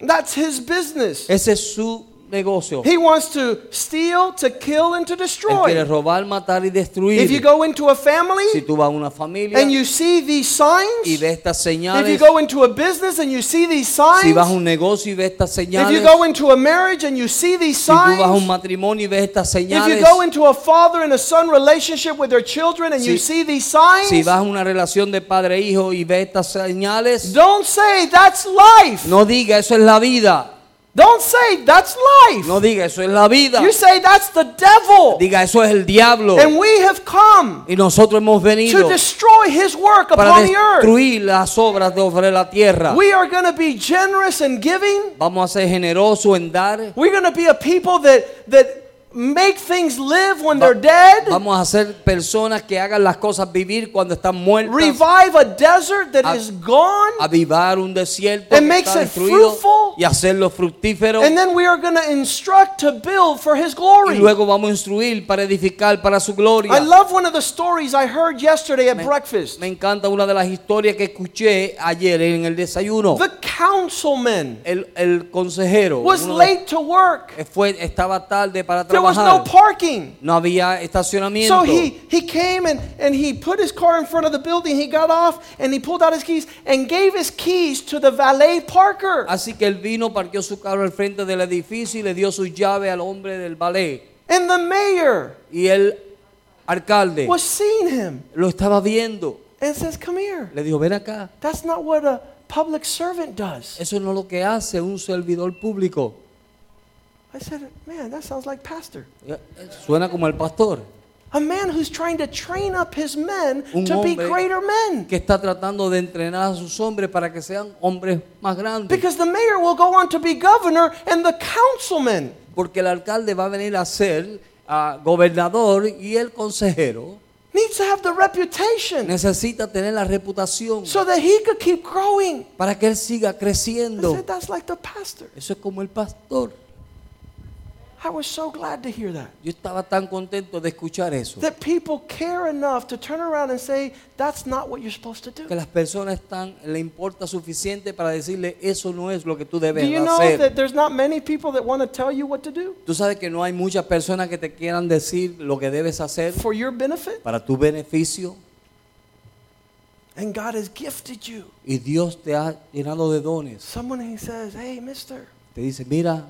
Speaker 1: That's his business.
Speaker 2: Ese es su negocio.
Speaker 1: He wants to steal, to kill, and to
Speaker 2: Él quiere
Speaker 1: destroy.
Speaker 2: robar, matar y destruir.
Speaker 1: If you go into a
Speaker 2: si
Speaker 1: family
Speaker 2: tú vas a una familia
Speaker 1: and you see these
Speaker 2: y
Speaker 1: signs,
Speaker 2: ves estas
Speaker 1: if you
Speaker 2: señales,
Speaker 1: go into a business and you see these
Speaker 2: si vas a
Speaker 1: signs,
Speaker 2: un negocio y ves estas
Speaker 1: if
Speaker 2: señales,
Speaker 1: you go into a marriage and you see these
Speaker 2: si tú vas a un
Speaker 1: signs,
Speaker 2: matrimonio y ves estas
Speaker 1: if you
Speaker 2: señales,
Speaker 1: go into a father and a son relationship with their children and you
Speaker 2: Si-
Speaker 1: see these
Speaker 2: si
Speaker 1: signs,
Speaker 2: vas a una relación de padre e hijo y ves estas señales,
Speaker 1: don't say that's life.
Speaker 2: no diga eso es la vida,
Speaker 1: Don't say that's
Speaker 2: no
Speaker 1: life.
Speaker 2: diga eso es la vida,
Speaker 1: You say that's the devil.
Speaker 2: diga eso es el diablo.
Speaker 1: And we have come
Speaker 2: Y nosotros hemos
Speaker 1: to
Speaker 2: venido
Speaker 1: destroy his work
Speaker 2: para
Speaker 1: upon the earth.
Speaker 2: destruir las obras de sobre la tierra.
Speaker 1: We are going to be generous in giving.
Speaker 2: Vamos a ser generosos en dar.
Speaker 1: We're going to be a people that that make things live when
Speaker 2: Va-
Speaker 1: they're dead.
Speaker 2: Vamos a ser personas que hagan las cosas vivir cuando están muertas.
Speaker 1: Revive a desert that
Speaker 2: A-
Speaker 1: is gone.
Speaker 2: avivar un desierto
Speaker 1: And
Speaker 2: que
Speaker 1: makes
Speaker 2: está
Speaker 1: it
Speaker 2: destruido
Speaker 1: fruitful.
Speaker 2: y hacerlo fructífero
Speaker 1: And then we are going to instruct to build for his glory.
Speaker 2: y luego vamos a instruir para edificar para su gloria.
Speaker 1: I love one of the stories I heard yesterday at breakfast.
Speaker 2: Me encanta una de las historias que escuché ayer en el desayuno.
Speaker 1: The councilman
Speaker 2: El, el consejero
Speaker 1: was
Speaker 2: Eh, uno de-
Speaker 1: late to work.
Speaker 2: fue estaba tarde para
Speaker 1: There was
Speaker 2: trabajar.
Speaker 1: no parking.
Speaker 2: no había estacionamiento.
Speaker 1: So he, he came and, and he put his car in front of the building. He got off and he pulled out his keys and gave his keys to the valet parker.
Speaker 2: Así que él vino, parqueó su carro al frente del edificio y le dio su llave al hombre del ballet.
Speaker 1: And the mayor
Speaker 2: Y el alcalde
Speaker 1: was seeing him
Speaker 2: lo estaba viendo.
Speaker 1: and says, Come here.
Speaker 2: Le dijo, ven acá.
Speaker 1: That's not what a public servant does.
Speaker 2: Eso no es lo que hace un servidor público.
Speaker 1: I said, Man, that sounds like pastor.
Speaker 2: Eh, eh, Suena como el pastor
Speaker 1: A man who's trying to train up his men
Speaker 2: Un
Speaker 1: to be
Speaker 2: hombre-
Speaker 1: greater men.
Speaker 2: que está tratando de entrenar a sus hombres para que sean hombres más grandes.
Speaker 1: Because the mayor will go on to be governor and the councilman.
Speaker 2: Porque el alcalde va a venir a ser ah, gobernador y el consejero
Speaker 1: Needs to have the reputation
Speaker 2: necesita tener la reputación
Speaker 1: so that he could keep growing.
Speaker 2: para que él siga
Speaker 1: I
Speaker 2: creciendo.
Speaker 1: said, That's like the pastor.
Speaker 2: Eso es como el pastor.
Speaker 1: I was so glad to hear that.
Speaker 2: Yo estaba tan contento de escuchar eso.
Speaker 1: That people care enough to turn around and say, that's not what you're supposed to
Speaker 2: Que
Speaker 1: do.
Speaker 2: las personas están, le importa suficiente para decirle eso no es lo que tú
Speaker 1: Do
Speaker 2: debes
Speaker 1: you know
Speaker 2: hacer.
Speaker 1: that there's not many people that want to tell you what to do
Speaker 2: Tú sabes que no hay muchas personas que te quieran decir lo que debes hacer
Speaker 1: for your benefit?
Speaker 2: para tu beneficio
Speaker 1: And God has gifted you.
Speaker 2: y Dios te ha llenado de dones.
Speaker 1: Someone he says, hey, mister,
Speaker 2: Te dice, mira,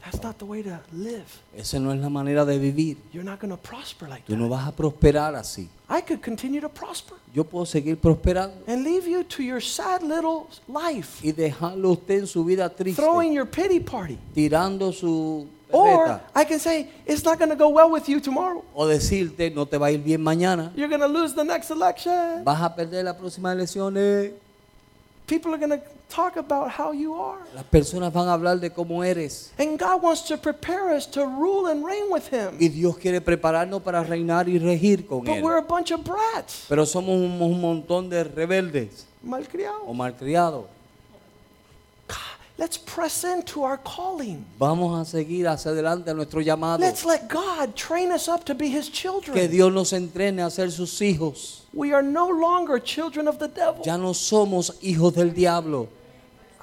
Speaker 1: That's not the way to live.
Speaker 2: Esa no es la manera de vivir.
Speaker 1: You're not going to prosper like
Speaker 2: Tú
Speaker 1: that.
Speaker 2: no vas a prosperar así.
Speaker 1: I could continue to prosper
Speaker 2: Yo puedo seguir prosperando
Speaker 1: and leave you to your sad little life,
Speaker 2: y dejarlo usted en su vida triste,
Speaker 1: throwing your pity party.
Speaker 2: tirando su
Speaker 1: Or
Speaker 2: perreta.
Speaker 1: I can say, it's not going to go well with you tomorrow.
Speaker 2: o decirte no te va a ir bien mañana,
Speaker 1: You're going to lose the next election.
Speaker 2: vas a perder las próximas elecciones.
Speaker 1: People are going to talk about how you are.
Speaker 2: Las personas van a hablar de cómo eres.
Speaker 1: And God wants to prepare us to rule and reign with Him.
Speaker 2: Y Dios quiere prepararnos para reinar y regir con
Speaker 1: But
Speaker 2: Él.
Speaker 1: we're a bunch of brats,
Speaker 2: Pero somos un, un montón de rebeldes o
Speaker 1: malcriados.
Speaker 2: malcriados.
Speaker 1: Let's press into our calling.
Speaker 2: Vamos a seguir hacia adelante a nuestro llamado.
Speaker 1: Let's let God train us up to be His
Speaker 2: Que
Speaker 1: children.
Speaker 2: Dios nos entrene a ser sus hijos.
Speaker 1: We are no longer children of the devil.
Speaker 2: Ya no somos hijos del diablo.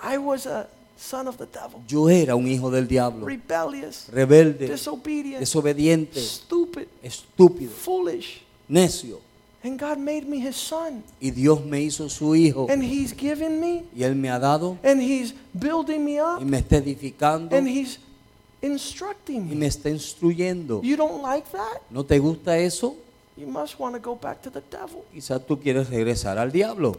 Speaker 1: I was a son of the devil,
Speaker 2: Yo era un hijo del diablo.
Speaker 1: rebellious,
Speaker 2: Rebelde,
Speaker 1: disobedient,
Speaker 2: desobediente,
Speaker 1: stupid,
Speaker 2: estúpido,
Speaker 1: foolish.
Speaker 2: necio.
Speaker 1: And God made me His son.
Speaker 2: Y Dios me hizo su hijo.
Speaker 1: And He's given me,
Speaker 2: Y Él me ha dado
Speaker 1: and He's building me up,
Speaker 2: y me está edificando
Speaker 1: and
Speaker 2: y
Speaker 1: He's instructing me.
Speaker 2: me está instruyendo.
Speaker 1: You don't like that?
Speaker 2: ¿No te gusta eso?
Speaker 1: You must want to go back to the devil.
Speaker 2: Quizás tú quieres regresar al diablo.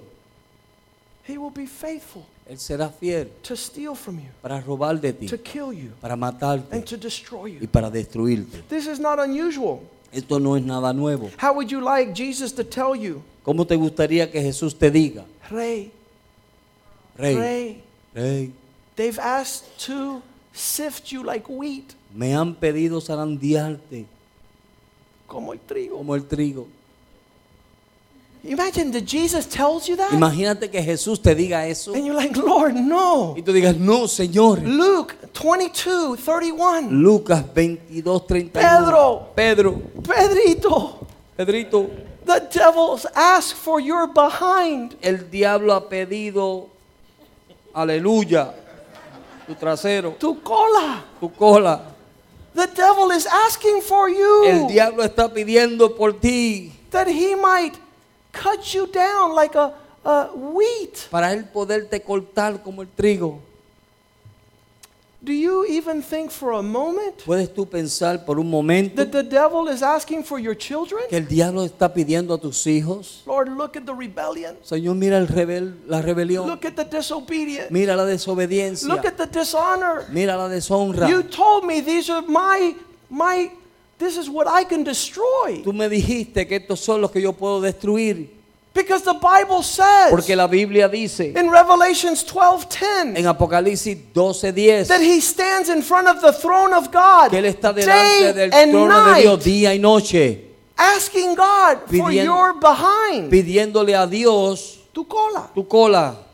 Speaker 1: He will be faithful
Speaker 2: Él será fiel
Speaker 1: to steal from you,
Speaker 2: para robar de ti,
Speaker 1: to kill you,
Speaker 2: para
Speaker 1: and
Speaker 2: matarte
Speaker 1: to destroy
Speaker 2: y
Speaker 1: you.
Speaker 2: para destruirte.
Speaker 1: This is not unusual.
Speaker 2: Esto no es nada nuevo.
Speaker 1: How would you like Jesus to tell you,
Speaker 2: ¿Cómo te gustaría que Jesús te diga,
Speaker 1: Ray,
Speaker 2: rey,
Speaker 1: Ray,
Speaker 2: rey,
Speaker 1: they've asked to sift you like wheat,
Speaker 2: me han pedido zarandearte
Speaker 1: como el trigo?
Speaker 2: como el trigo?
Speaker 1: Imagine that Jesus tells you that,
Speaker 2: Imagínate que Jesús te diga eso
Speaker 1: and you're like, Lord, no.
Speaker 2: y tú digas, no, Señor.
Speaker 1: Luke 22, 31.
Speaker 2: Lucas 22, 31.
Speaker 1: Pedro.
Speaker 2: Pedro,
Speaker 1: Pedrito,
Speaker 2: Pedrito,
Speaker 1: the devil's asked for your behind.
Speaker 2: el diablo ha pedido, aleluya, tu trasero,
Speaker 1: Tu cola.
Speaker 2: tu cola.
Speaker 1: The devil is asking for
Speaker 2: El
Speaker 1: you
Speaker 2: diablo está pidiendo por ti
Speaker 1: that he might cut you down like a, a wheat.
Speaker 2: para él poderte cortar como el trigo.
Speaker 1: Do you even think for a moment
Speaker 2: ¿Puedes tú pensar por un momento
Speaker 1: that the devil is asking for your children?
Speaker 2: que el diablo está pidiendo a tus hijos?
Speaker 1: Lord, look at the rebellion.
Speaker 2: Señor, mira el rebel, la rebelión,
Speaker 1: Look at the disobedience.
Speaker 2: mira la desobediencia,
Speaker 1: Look at the dishonor.
Speaker 2: mira la deshonra.
Speaker 1: You told me these are my my this is what I can destroy.
Speaker 2: Tú me dijiste que estos son los que yo puedo destruir,
Speaker 1: Because the Bible
Speaker 2: porque
Speaker 1: says
Speaker 2: la Biblia dice
Speaker 1: in Revelations 12:10
Speaker 2: en Apocalipsis 12:10
Speaker 1: that he stands in front of the throne of God
Speaker 2: que él está
Speaker 1: day
Speaker 2: delante del
Speaker 1: and
Speaker 2: trono de Dios
Speaker 1: night
Speaker 2: día y noche,
Speaker 1: asking God for
Speaker 2: Pidiendo-
Speaker 1: your behind
Speaker 2: pidiéndole a Dios
Speaker 1: tu cola.
Speaker 2: tu cola.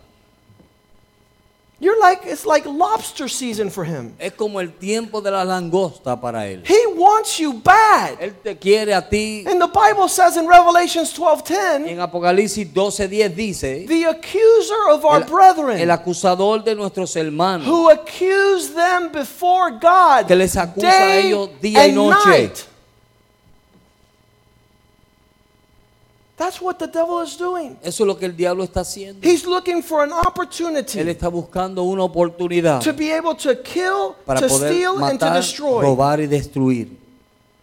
Speaker 1: You're like it's like lobster season for him.
Speaker 2: Es como el tiempo de la langosta para él.
Speaker 1: He wants you bad.
Speaker 2: Él te quiere a ti.
Speaker 1: And the Bible says in Revelations 12:10
Speaker 2: En Apocalipsis 12:10 dice,
Speaker 1: the accuser of our
Speaker 2: el,
Speaker 1: brethren
Speaker 2: el acusador de nuestros hermanos
Speaker 1: who accuse them before God
Speaker 2: que les acusa a
Speaker 1: day
Speaker 2: ellos día y
Speaker 1: and
Speaker 2: noche.
Speaker 1: night. That's what the devil is doing.
Speaker 2: Eso es lo que el diablo está haciendo.
Speaker 1: He's looking for an
Speaker 2: Él
Speaker 1: opportunity
Speaker 2: está buscando una oportunidad
Speaker 1: to be able to kill,
Speaker 2: para
Speaker 1: to
Speaker 2: poder
Speaker 1: steal, and to
Speaker 2: matar,
Speaker 1: destroy.
Speaker 2: robar y destruir.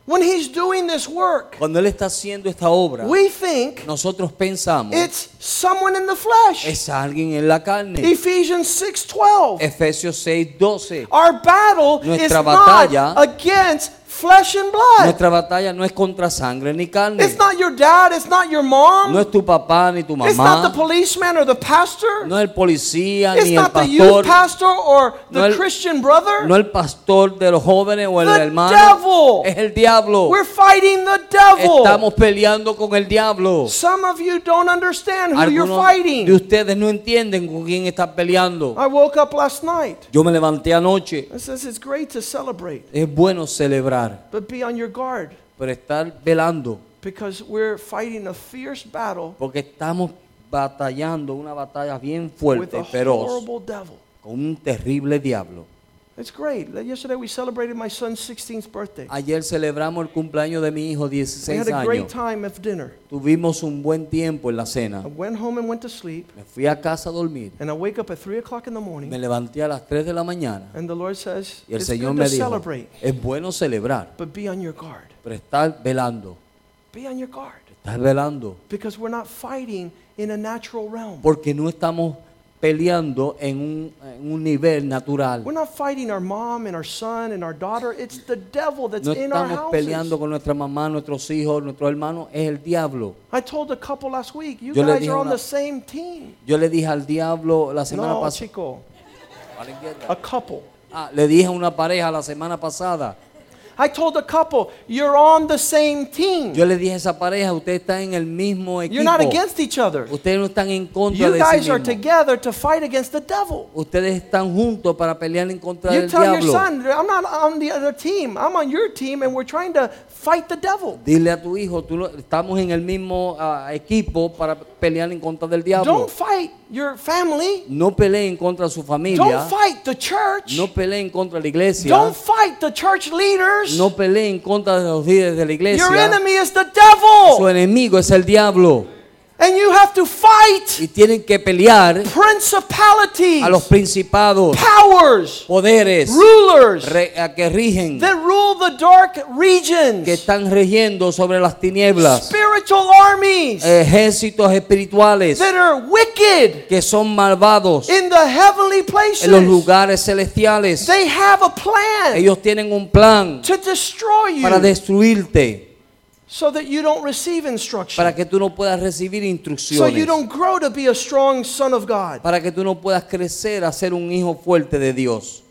Speaker 1: When he's doing this work,
Speaker 2: Cuando él está haciendo esta obra,
Speaker 1: we think
Speaker 2: nosotros pensamos
Speaker 1: it's someone in the flesh.
Speaker 2: es alguien en la carne.
Speaker 1: Ephesians 6:12.
Speaker 2: Efesios 6:12.
Speaker 1: Our battle is
Speaker 2: Nuestra batalla-
Speaker 1: not against flesh and blood.
Speaker 2: Nuestra batalla no es contra sangre ni carne.
Speaker 1: It's not your dad, it's not your mom.
Speaker 2: No es tu papá ni tu
Speaker 1: It's not the
Speaker 2: mamá.
Speaker 1: policeman or the pastor.
Speaker 2: No es el policía
Speaker 1: it's
Speaker 2: ni el
Speaker 1: not the youth
Speaker 2: pastor.
Speaker 1: pastor or the
Speaker 2: No el-
Speaker 1: Christian brother.
Speaker 2: No el pastor de los jóvenes o el
Speaker 1: The
Speaker 2: hermano.
Speaker 1: devil.
Speaker 2: Es el diablo.
Speaker 1: We're fighting the devil.
Speaker 2: Estamos peleando con el diablo.
Speaker 1: Some of you don't understand who you're
Speaker 2: Algunos de
Speaker 1: fighting.
Speaker 2: ustedes no entienden con quién están peleando.
Speaker 1: I woke up last night.
Speaker 2: Yo me levanté anoche.
Speaker 1: It says it's great to celebrate,
Speaker 2: Es bueno celebrar,
Speaker 1: but be on your guard
Speaker 2: pero estar velando,
Speaker 1: because we're fighting a fierce battle
Speaker 2: porque estamos batallando una batalla bien
Speaker 1: with
Speaker 2: fuerte
Speaker 1: a
Speaker 2: y feroz
Speaker 1: horrible devil.
Speaker 2: con un terrible diablo.
Speaker 1: It's great. Like Yesterday we celebrated my son's 16th birthday.
Speaker 2: Ayer celebramos el cumpleaños de mi hijo,
Speaker 1: We had
Speaker 2: 16
Speaker 1: a great
Speaker 2: años.
Speaker 1: time at dinner.
Speaker 2: Tuvimos un buen tiempo en la cena.
Speaker 1: I went home and went to sleep,
Speaker 2: Me fui a casa a dormir.
Speaker 1: and I wake up at 3 o'clock in the
Speaker 2: Me
Speaker 1: morning,
Speaker 2: levanté a las 3 de la mañana.
Speaker 1: and the Lord says,
Speaker 2: Y el
Speaker 1: It's
Speaker 2: Señor
Speaker 1: good
Speaker 2: me
Speaker 1: to
Speaker 2: dijo,
Speaker 1: celebrate,
Speaker 2: es bueno celebrar,
Speaker 1: but be on your guard.
Speaker 2: pero estar velando.
Speaker 1: Be on your guard.
Speaker 2: Estar velando.
Speaker 1: Because we're not fighting in a natural realm.
Speaker 2: Porque no estamos peleando en un, en un nivel natural.
Speaker 1: We're not fighting our mom and our son and our daughter. It's the devil that's
Speaker 2: No
Speaker 1: in our
Speaker 2: estamos peleando
Speaker 1: houses.
Speaker 2: con nuestra mamá, nuestros hijos, nuestros hermanos. Es el diablo.
Speaker 1: I told a couple last week, you
Speaker 2: Yo le
Speaker 1: guys
Speaker 2: dije
Speaker 1: are on
Speaker 2: una-
Speaker 1: the same team.
Speaker 2: Yo le dije al diablo la semana
Speaker 1: No,
Speaker 2: pasada.
Speaker 1: chico, a couple.
Speaker 2: Ah, le dije a una pareja la semana pasada.
Speaker 1: I told a couple, you're on the same team.
Speaker 2: Yo le dije a esa pareja, ustedes están en el mismo equipo.
Speaker 1: You're not against each other.
Speaker 2: Ustedes no están en contra
Speaker 1: You
Speaker 2: de sí
Speaker 1: guys are
Speaker 2: mismos.
Speaker 1: together to fight against the devil.
Speaker 2: Ustedes están juntos para pelear en contra
Speaker 1: You
Speaker 2: del
Speaker 1: tell your
Speaker 2: diablo.
Speaker 1: son, I'm not on the other team. I'm on your team, and we're trying to fight the devil.
Speaker 2: Dile a tu hijo, tú lo- estamos en el mismo ah, equipo para pelear en contra del diablo.
Speaker 1: Don't fight your family.
Speaker 2: no peleen contra su familia.
Speaker 1: Don't fight the church.
Speaker 2: No peleen contra la iglesia.
Speaker 1: Don't fight the church leaders.
Speaker 2: no peleen contra los líderes de la iglesia.
Speaker 1: Your enemy is the
Speaker 2: Su
Speaker 1: devil.
Speaker 2: enemigo es el diablo.
Speaker 1: And you have to
Speaker 2: Y
Speaker 1: fight
Speaker 2: tienen que pelear
Speaker 1: principalities,
Speaker 2: a los principados,
Speaker 1: powers,
Speaker 2: poderes
Speaker 1: rulers
Speaker 2: re- a que rigen,
Speaker 1: that rule the dark
Speaker 2: que
Speaker 1: regions,
Speaker 2: están regiendo sobre las tinieblas,
Speaker 1: spiritual armies
Speaker 2: ejércitos espirituales
Speaker 1: that are wicked
Speaker 2: que son malvados
Speaker 1: in the heavenly
Speaker 2: en los
Speaker 1: places.
Speaker 2: lugares celestiales.
Speaker 1: They have a plan
Speaker 2: Ellos tienen un plan
Speaker 1: to destroy
Speaker 2: para
Speaker 1: you
Speaker 2: destruirte,
Speaker 1: so that you don't receive
Speaker 2: para
Speaker 1: instruction,
Speaker 2: que tú no puedas recibir
Speaker 1: so you
Speaker 2: instrucciones,
Speaker 1: don't grow to be a strong son of God.
Speaker 2: para que tú no puedas crecer a ser un hijo fuerte de Dios.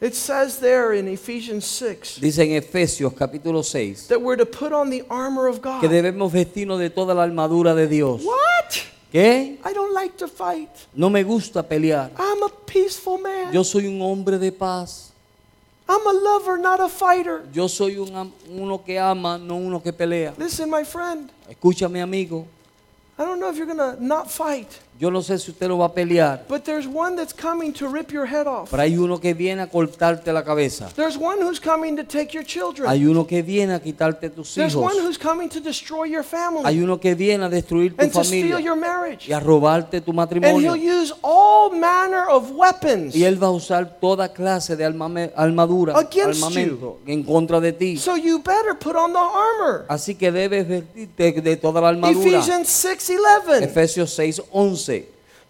Speaker 1: It says there in Ephesians 6
Speaker 2: Dice en Efesios capítulo 6
Speaker 1: that we're to put on the armor of
Speaker 2: que
Speaker 1: God.
Speaker 2: debemos vestirnos de toda la armadura de Dios.
Speaker 1: What?
Speaker 2: ¿Qué?
Speaker 1: I don't like to fight.
Speaker 2: No me gusta pelear.
Speaker 1: I'm a peaceful man.
Speaker 2: Yo soy un hombre de paz.
Speaker 1: I'm a lover, not a fighter.
Speaker 2: Yo soy un am- uno que ama, no uno que pelea.
Speaker 1: Listen, my friend,
Speaker 2: Escúchame, amigo.
Speaker 1: I don't know if you're going to not fight,
Speaker 2: Yo no sé si usted lo va a pelear,
Speaker 1: but there's one that's coming to rip your head off.
Speaker 2: pero hay uno que viene a cortarte la cabeza.
Speaker 1: There's one who's coming to take your children.
Speaker 2: Hay uno que viene a quitarte tus
Speaker 1: There's
Speaker 2: hijos.
Speaker 1: one who's coming to destroy your
Speaker 2: Hay
Speaker 1: family
Speaker 2: uno que viene a destruir tu
Speaker 1: and to steal
Speaker 2: familia
Speaker 1: your marriage.
Speaker 2: y a robarte
Speaker 1: And
Speaker 2: tu
Speaker 1: he'll
Speaker 2: matrimonio.
Speaker 1: use all manner of weapons.
Speaker 2: Y él va a usar toda clase de almame- armadura,
Speaker 1: Against
Speaker 2: armamento en contra de ti.
Speaker 1: So you better put on the armor.
Speaker 2: Así que debes vestirte de toda la armadura.
Speaker 1: Ephesians 6:11.
Speaker 2: Efesios 6:11.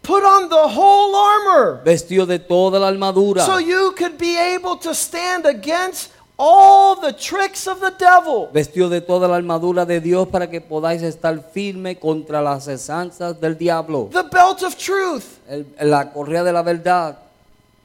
Speaker 1: Put on the whole armor
Speaker 2: Vestido de toda la armadura
Speaker 1: so you could be able to stand against all the tricks of the devil.
Speaker 2: vestido de toda la armadura de Dios para que podáis estar firme contra las esanzas del diablo.
Speaker 1: The belt of truth.
Speaker 2: El- la correa de la verdad.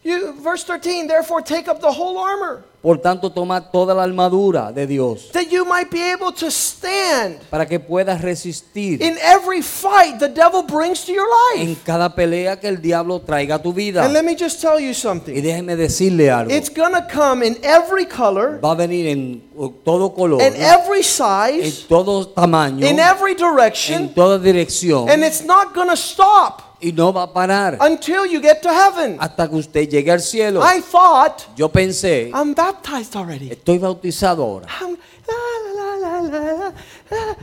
Speaker 1: You, verse 13, therefore take up the whole armor
Speaker 2: Por tanto, toma toda la armadura de Dios
Speaker 1: that you might be able to stand
Speaker 2: para que puedas resistir
Speaker 1: in every fight the devil brings to your
Speaker 2: en
Speaker 1: life.
Speaker 2: cada pelea que el diablo traiga a tu vida.
Speaker 1: And let me just tell you
Speaker 2: Y
Speaker 1: something.
Speaker 2: déjeme decirle algo.
Speaker 1: em- It's going to come in every color,
Speaker 2: Va a venir en todo color,
Speaker 1: in every
Speaker 2: en
Speaker 1: size,
Speaker 2: todo tamaño,
Speaker 1: in every
Speaker 2: en
Speaker 1: direction,
Speaker 2: toda dirección.
Speaker 1: and it's not going to stop
Speaker 2: Y no va a parar
Speaker 1: until you get to heaven.
Speaker 2: hasta que usted llegue al cielo.
Speaker 1: I thought
Speaker 2: Yo pensé,
Speaker 1: I'm baptized already.
Speaker 2: estoy bautizado ahora.
Speaker 1: I'm, la, la, la, la, la, la, la.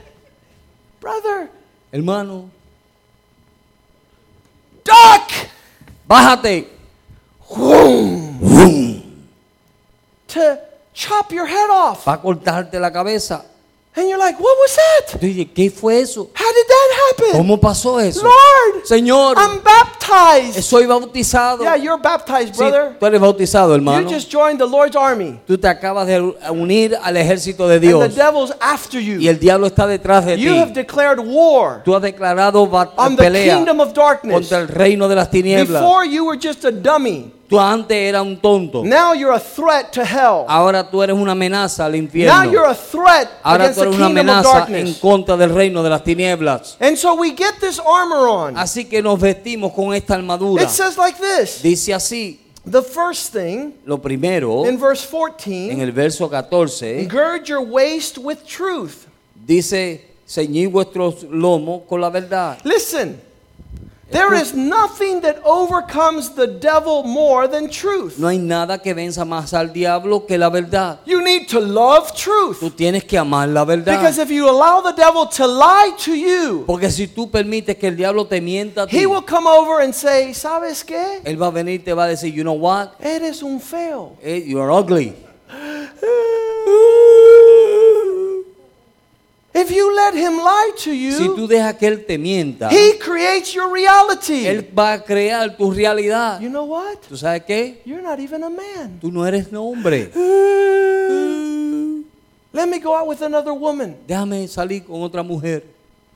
Speaker 1: Brother,
Speaker 2: Hermano,
Speaker 1: duck!
Speaker 2: bájate.
Speaker 1: To chop your head off.
Speaker 2: Va a cortarte la cabeza.
Speaker 1: And you're like, what was that?
Speaker 2: Yo dije, ¿qué fue eso?
Speaker 1: How did that happen?
Speaker 2: ¿Cómo pasó eso?
Speaker 1: Lord,
Speaker 2: Señor,
Speaker 1: I'm baptized.
Speaker 2: soy bautizado.
Speaker 1: Yeah, you're baptized,
Speaker 2: Sí,
Speaker 1: brother.
Speaker 2: tú eres bautizado,
Speaker 1: You
Speaker 2: hermano.
Speaker 1: just joined the Lord's army.
Speaker 2: Tú te acabas de unir al ejército de
Speaker 1: And the
Speaker 2: Dios.
Speaker 1: devil's after
Speaker 2: Y
Speaker 1: you.
Speaker 2: el diablo está detrás de
Speaker 1: You have
Speaker 2: ti.
Speaker 1: declared war
Speaker 2: Tú has declarado ba-
Speaker 1: on the
Speaker 2: pelea
Speaker 1: kingdom of darkness.
Speaker 2: contra el reino de las tinieblas.
Speaker 1: Before you were just a dummy.
Speaker 2: Tú antes eras un tonto.
Speaker 1: Now you're a threat to hell.
Speaker 2: Ahora tú eres una amenaza al
Speaker 1: Now you're
Speaker 2: infierno.
Speaker 1: a threat
Speaker 2: Ahora
Speaker 1: against the
Speaker 2: tú eres
Speaker 1: kingdom of
Speaker 2: una amenaza en
Speaker 1: darkness.
Speaker 2: contra del reino de las tinieblas.
Speaker 1: And so we get this armor on.
Speaker 2: Así que nos vestimos con esta armadura.
Speaker 1: It says like this.
Speaker 2: Dice así,
Speaker 1: The first thing
Speaker 2: lo primero,
Speaker 1: in verse
Speaker 2: en
Speaker 1: 14,
Speaker 2: el verso 14,
Speaker 1: gird your waist with truth.
Speaker 2: dice, ceñid vuestros lomos con la verdad.
Speaker 1: Listen. There is nothing that overcomes the devil more than truth.
Speaker 2: No hay nada que venza más al diablo que la verdad.
Speaker 1: You need to love
Speaker 2: Tú
Speaker 1: truth.
Speaker 2: tienes que amar la
Speaker 1: Because
Speaker 2: verdad.
Speaker 1: if you allow the devil to lie to you,
Speaker 2: Porque si tú permites que el diablo te mienta a ti,
Speaker 1: he will come over and say, ¿Sabes qué?
Speaker 2: él va a venir y te va a decir, you know what?
Speaker 1: Eres un feo.
Speaker 2: Eh, You're ugly.
Speaker 1: If you let him lie to
Speaker 2: Si
Speaker 1: you,
Speaker 2: tú dejas que él te mienta,
Speaker 1: he creates your reality.
Speaker 2: él va a crear tu realidad.
Speaker 1: You know what?
Speaker 2: ¿Tú sabes qué?
Speaker 1: You're not even a man.
Speaker 2: Tú no eres hombre.
Speaker 1: Let me go out with another woman.
Speaker 2: Déjame salir con otra mujer.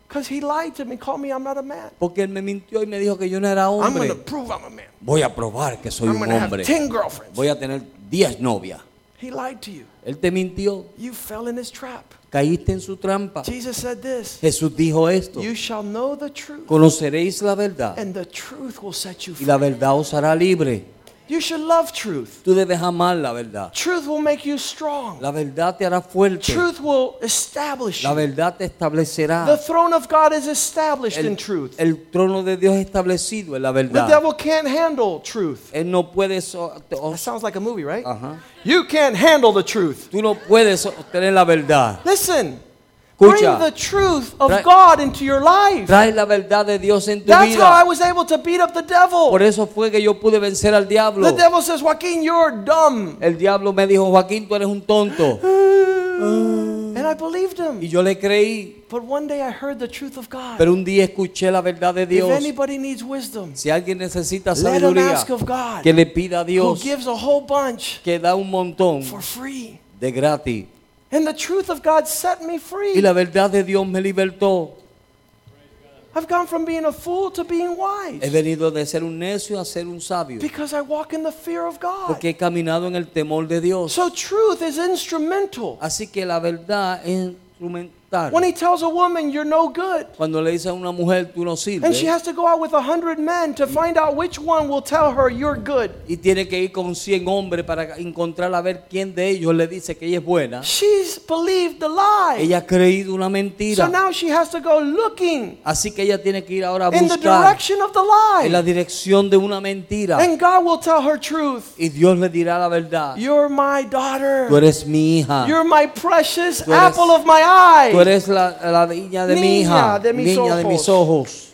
Speaker 1: Because he lied to me, called me I'm not a man.
Speaker 2: Porque él me mintió y me dijo que yo no era
Speaker 1: I'm going
Speaker 2: hombre.
Speaker 1: to prove I'm a man.
Speaker 2: Voy a probar que soy
Speaker 1: I'm
Speaker 2: un
Speaker 1: going to have
Speaker 2: hombre.
Speaker 1: 10 girlfriends.
Speaker 2: Voy a tener 10 novias.
Speaker 1: He lied to you.
Speaker 2: Él te mintió.
Speaker 1: You fell in his trap.
Speaker 2: Caíste en su trampa.
Speaker 1: Jesus said this
Speaker 2: Jesús dijo esto.
Speaker 1: You shall know the truth,
Speaker 2: Conoceréis la verdad
Speaker 1: and the truth will set you
Speaker 2: y la
Speaker 1: free.
Speaker 2: verdad os hará libre.
Speaker 1: You should love truth.
Speaker 2: Tú debes amar la verdad.
Speaker 1: Truth will make you strong,
Speaker 2: La verdad te hará fuerte.
Speaker 1: truth will establish
Speaker 2: La
Speaker 1: you.
Speaker 2: verdad te
Speaker 1: The
Speaker 2: establecerá.
Speaker 1: throne of God is established in
Speaker 2: El,
Speaker 1: truth.
Speaker 2: el trono de Dios establecido en la
Speaker 1: The
Speaker 2: verdad.
Speaker 1: devil can't handle truth.
Speaker 2: Él no puede so- te- o-
Speaker 1: That sounds like a movie, right?
Speaker 2: Ajá.
Speaker 1: You can't handle the truth.
Speaker 2: tú no puedes obtener la verdad.
Speaker 1: Listen,
Speaker 2: Escucha.
Speaker 1: bring the truth
Speaker 2: Trae-
Speaker 1: of God into your life.
Speaker 2: Trae la verdad de Dios en tu
Speaker 1: That's how I
Speaker 2: vida.
Speaker 1: was able to beat up the devil.
Speaker 2: Por eso fue que yo pude vencer al
Speaker 1: The
Speaker 2: diablo.
Speaker 1: devil says, Joaquin, you're dumb.
Speaker 2: El diablo me dijo, Joaquín, tú eres un tonto. Uh.
Speaker 1: And I believed him.
Speaker 2: Y yo le creí.
Speaker 1: But one day I heard the truth of God.
Speaker 2: Pero un día escuché la verdad de
Speaker 1: If
Speaker 2: Dios.
Speaker 1: anybody needs wisdom,
Speaker 2: Si alguien necesita
Speaker 1: let him
Speaker 2: sabiduría,
Speaker 1: ask of God,
Speaker 2: que le pida a
Speaker 1: who
Speaker 2: Dios
Speaker 1: gives a whole bunch
Speaker 2: que da un montón
Speaker 1: for free.
Speaker 2: de gratis.
Speaker 1: And the truth of God set me
Speaker 2: Y
Speaker 1: free.
Speaker 2: la verdad de Dios me libertó.
Speaker 1: I've gone from being a fool to being
Speaker 2: He
Speaker 1: wise
Speaker 2: venido de ser un necio a ser un sabio.
Speaker 1: because I walk in the fear of God.
Speaker 2: Porque he caminado en el temor de Dios.
Speaker 1: So truth is instrumental.
Speaker 2: Así que la verdad es instrumental.
Speaker 1: When he tells a woman, you're no good,
Speaker 2: Cuando le dice a una mujer, tú no
Speaker 1: and she
Speaker 2: sirves.
Speaker 1: has to go out with a hundred men to find out which one will tell her you're good.
Speaker 2: Y tiene que ir con 100 hombres para encontrar a ver quién de ellos le dice que ella es buena.
Speaker 1: She's believed the lie.
Speaker 2: Ella ha creído una
Speaker 1: So
Speaker 2: mentira.
Speaker 1: now she has to go looking
Speaker 2: Así que ella tiene que ir ahora a
Speaker 1: in the
Speaker 2: buscar
Speaker 1: direction of the
Speaker 2: en la
Speaker 1: lie.
Speaker 2: dirección de una mentira.
Speaker 1: And God will tell her truth.
Speaker 2: Y Dios le dirá la verdad.
Speaker 1: You're my
Speaker 2: Tú
Speaker 1: daughter.
Speaker 2: eres mi hija.
Speaker 1: You're my precious
Speaker 2: Tú eres-
Speaker 1: apple of my
Speaker 2: Tú
Speaker 1: eye.
Speaker 2: eres la, la niña de mi
Speaker 1: Niña
Speaker 2: hija.
Speaker 1: de mis
Speaker 2: niña de
Speaker 1: ojos.
Speaker 2: mis ojos.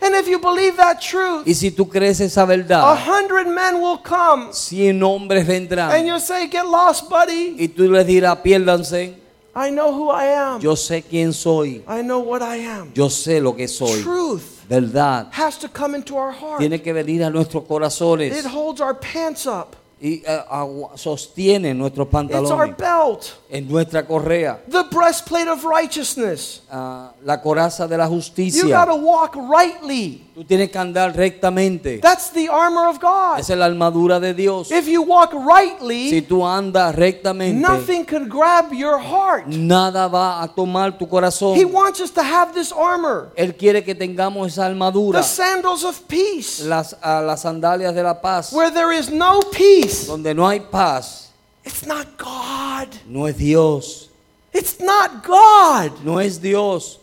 Speaker 1: And if you believe that truth,
Speaker 2: Y si tú crees esa
Speaker 1: a
Speaker 2: verdad,
Speaker 1: hundred men will come.
Speaker 2: 100 hombres
Speaker 1: And
Speaker 2: vendrán.
Speaker 1: you'll say, Get lost, buddy.
Speaker 2: Y tú les dirás, piérdanse.
Speaker 1: I know who I am.
Speaker 2: Yo sé quién soy.
Speaker 1: I know what I am.
Speaker 2: Yo sé lo que soy.
Speaker 1: Truth
Speaker 2: Verdad.
Speaker 1: has to come into our heart.
Speaker 2: Tiene que venir a nuestros corazones
Speaker 1: It holds our pants up.
Speaker 2: y eh, agu- sostiene nuestros
Speaker 1: It's our
Speaker 2: pantalones
Speaker 1: belt.
Speaker 2: en nuestra correa,
Speaker 1: The breastplate of righteousness.
Speaker 2: ah, la coraza de la
Speaker 1: You
Speaker 2: justicia.
Speaker 1: got to walk rightly.
Speaker 2: Tú tienes que andar rectamente.
Speaker 1: That's the armor of God.
Speaker 2: Esa es la armadura de Dios.
Speaker 1: If you walk
Speaker 2: Si
Speaker 1: rightly,
Speaker 2: tú andas rectamente,
Speaker 1: nothing can grab your heart.
Speaker 2: nada va a tomar tu corazón.
Speaker 1: He wants us to have this armor,
Speaker 2: Él quiere que tengamos esa
Speaker 1: the
Speaker 2: armadura,
Speaker 1: sandals of peace.
Speaker 2: las, ah, las sandalias de la paz.
Speaker 1: Where there is no peace,
Speaker 2: Donde no hay paz,
Speaker 1: it's not God.
Speaker 2: no es Dios.
Speaker 1: It's not God.
Speaker 2: No es Dios.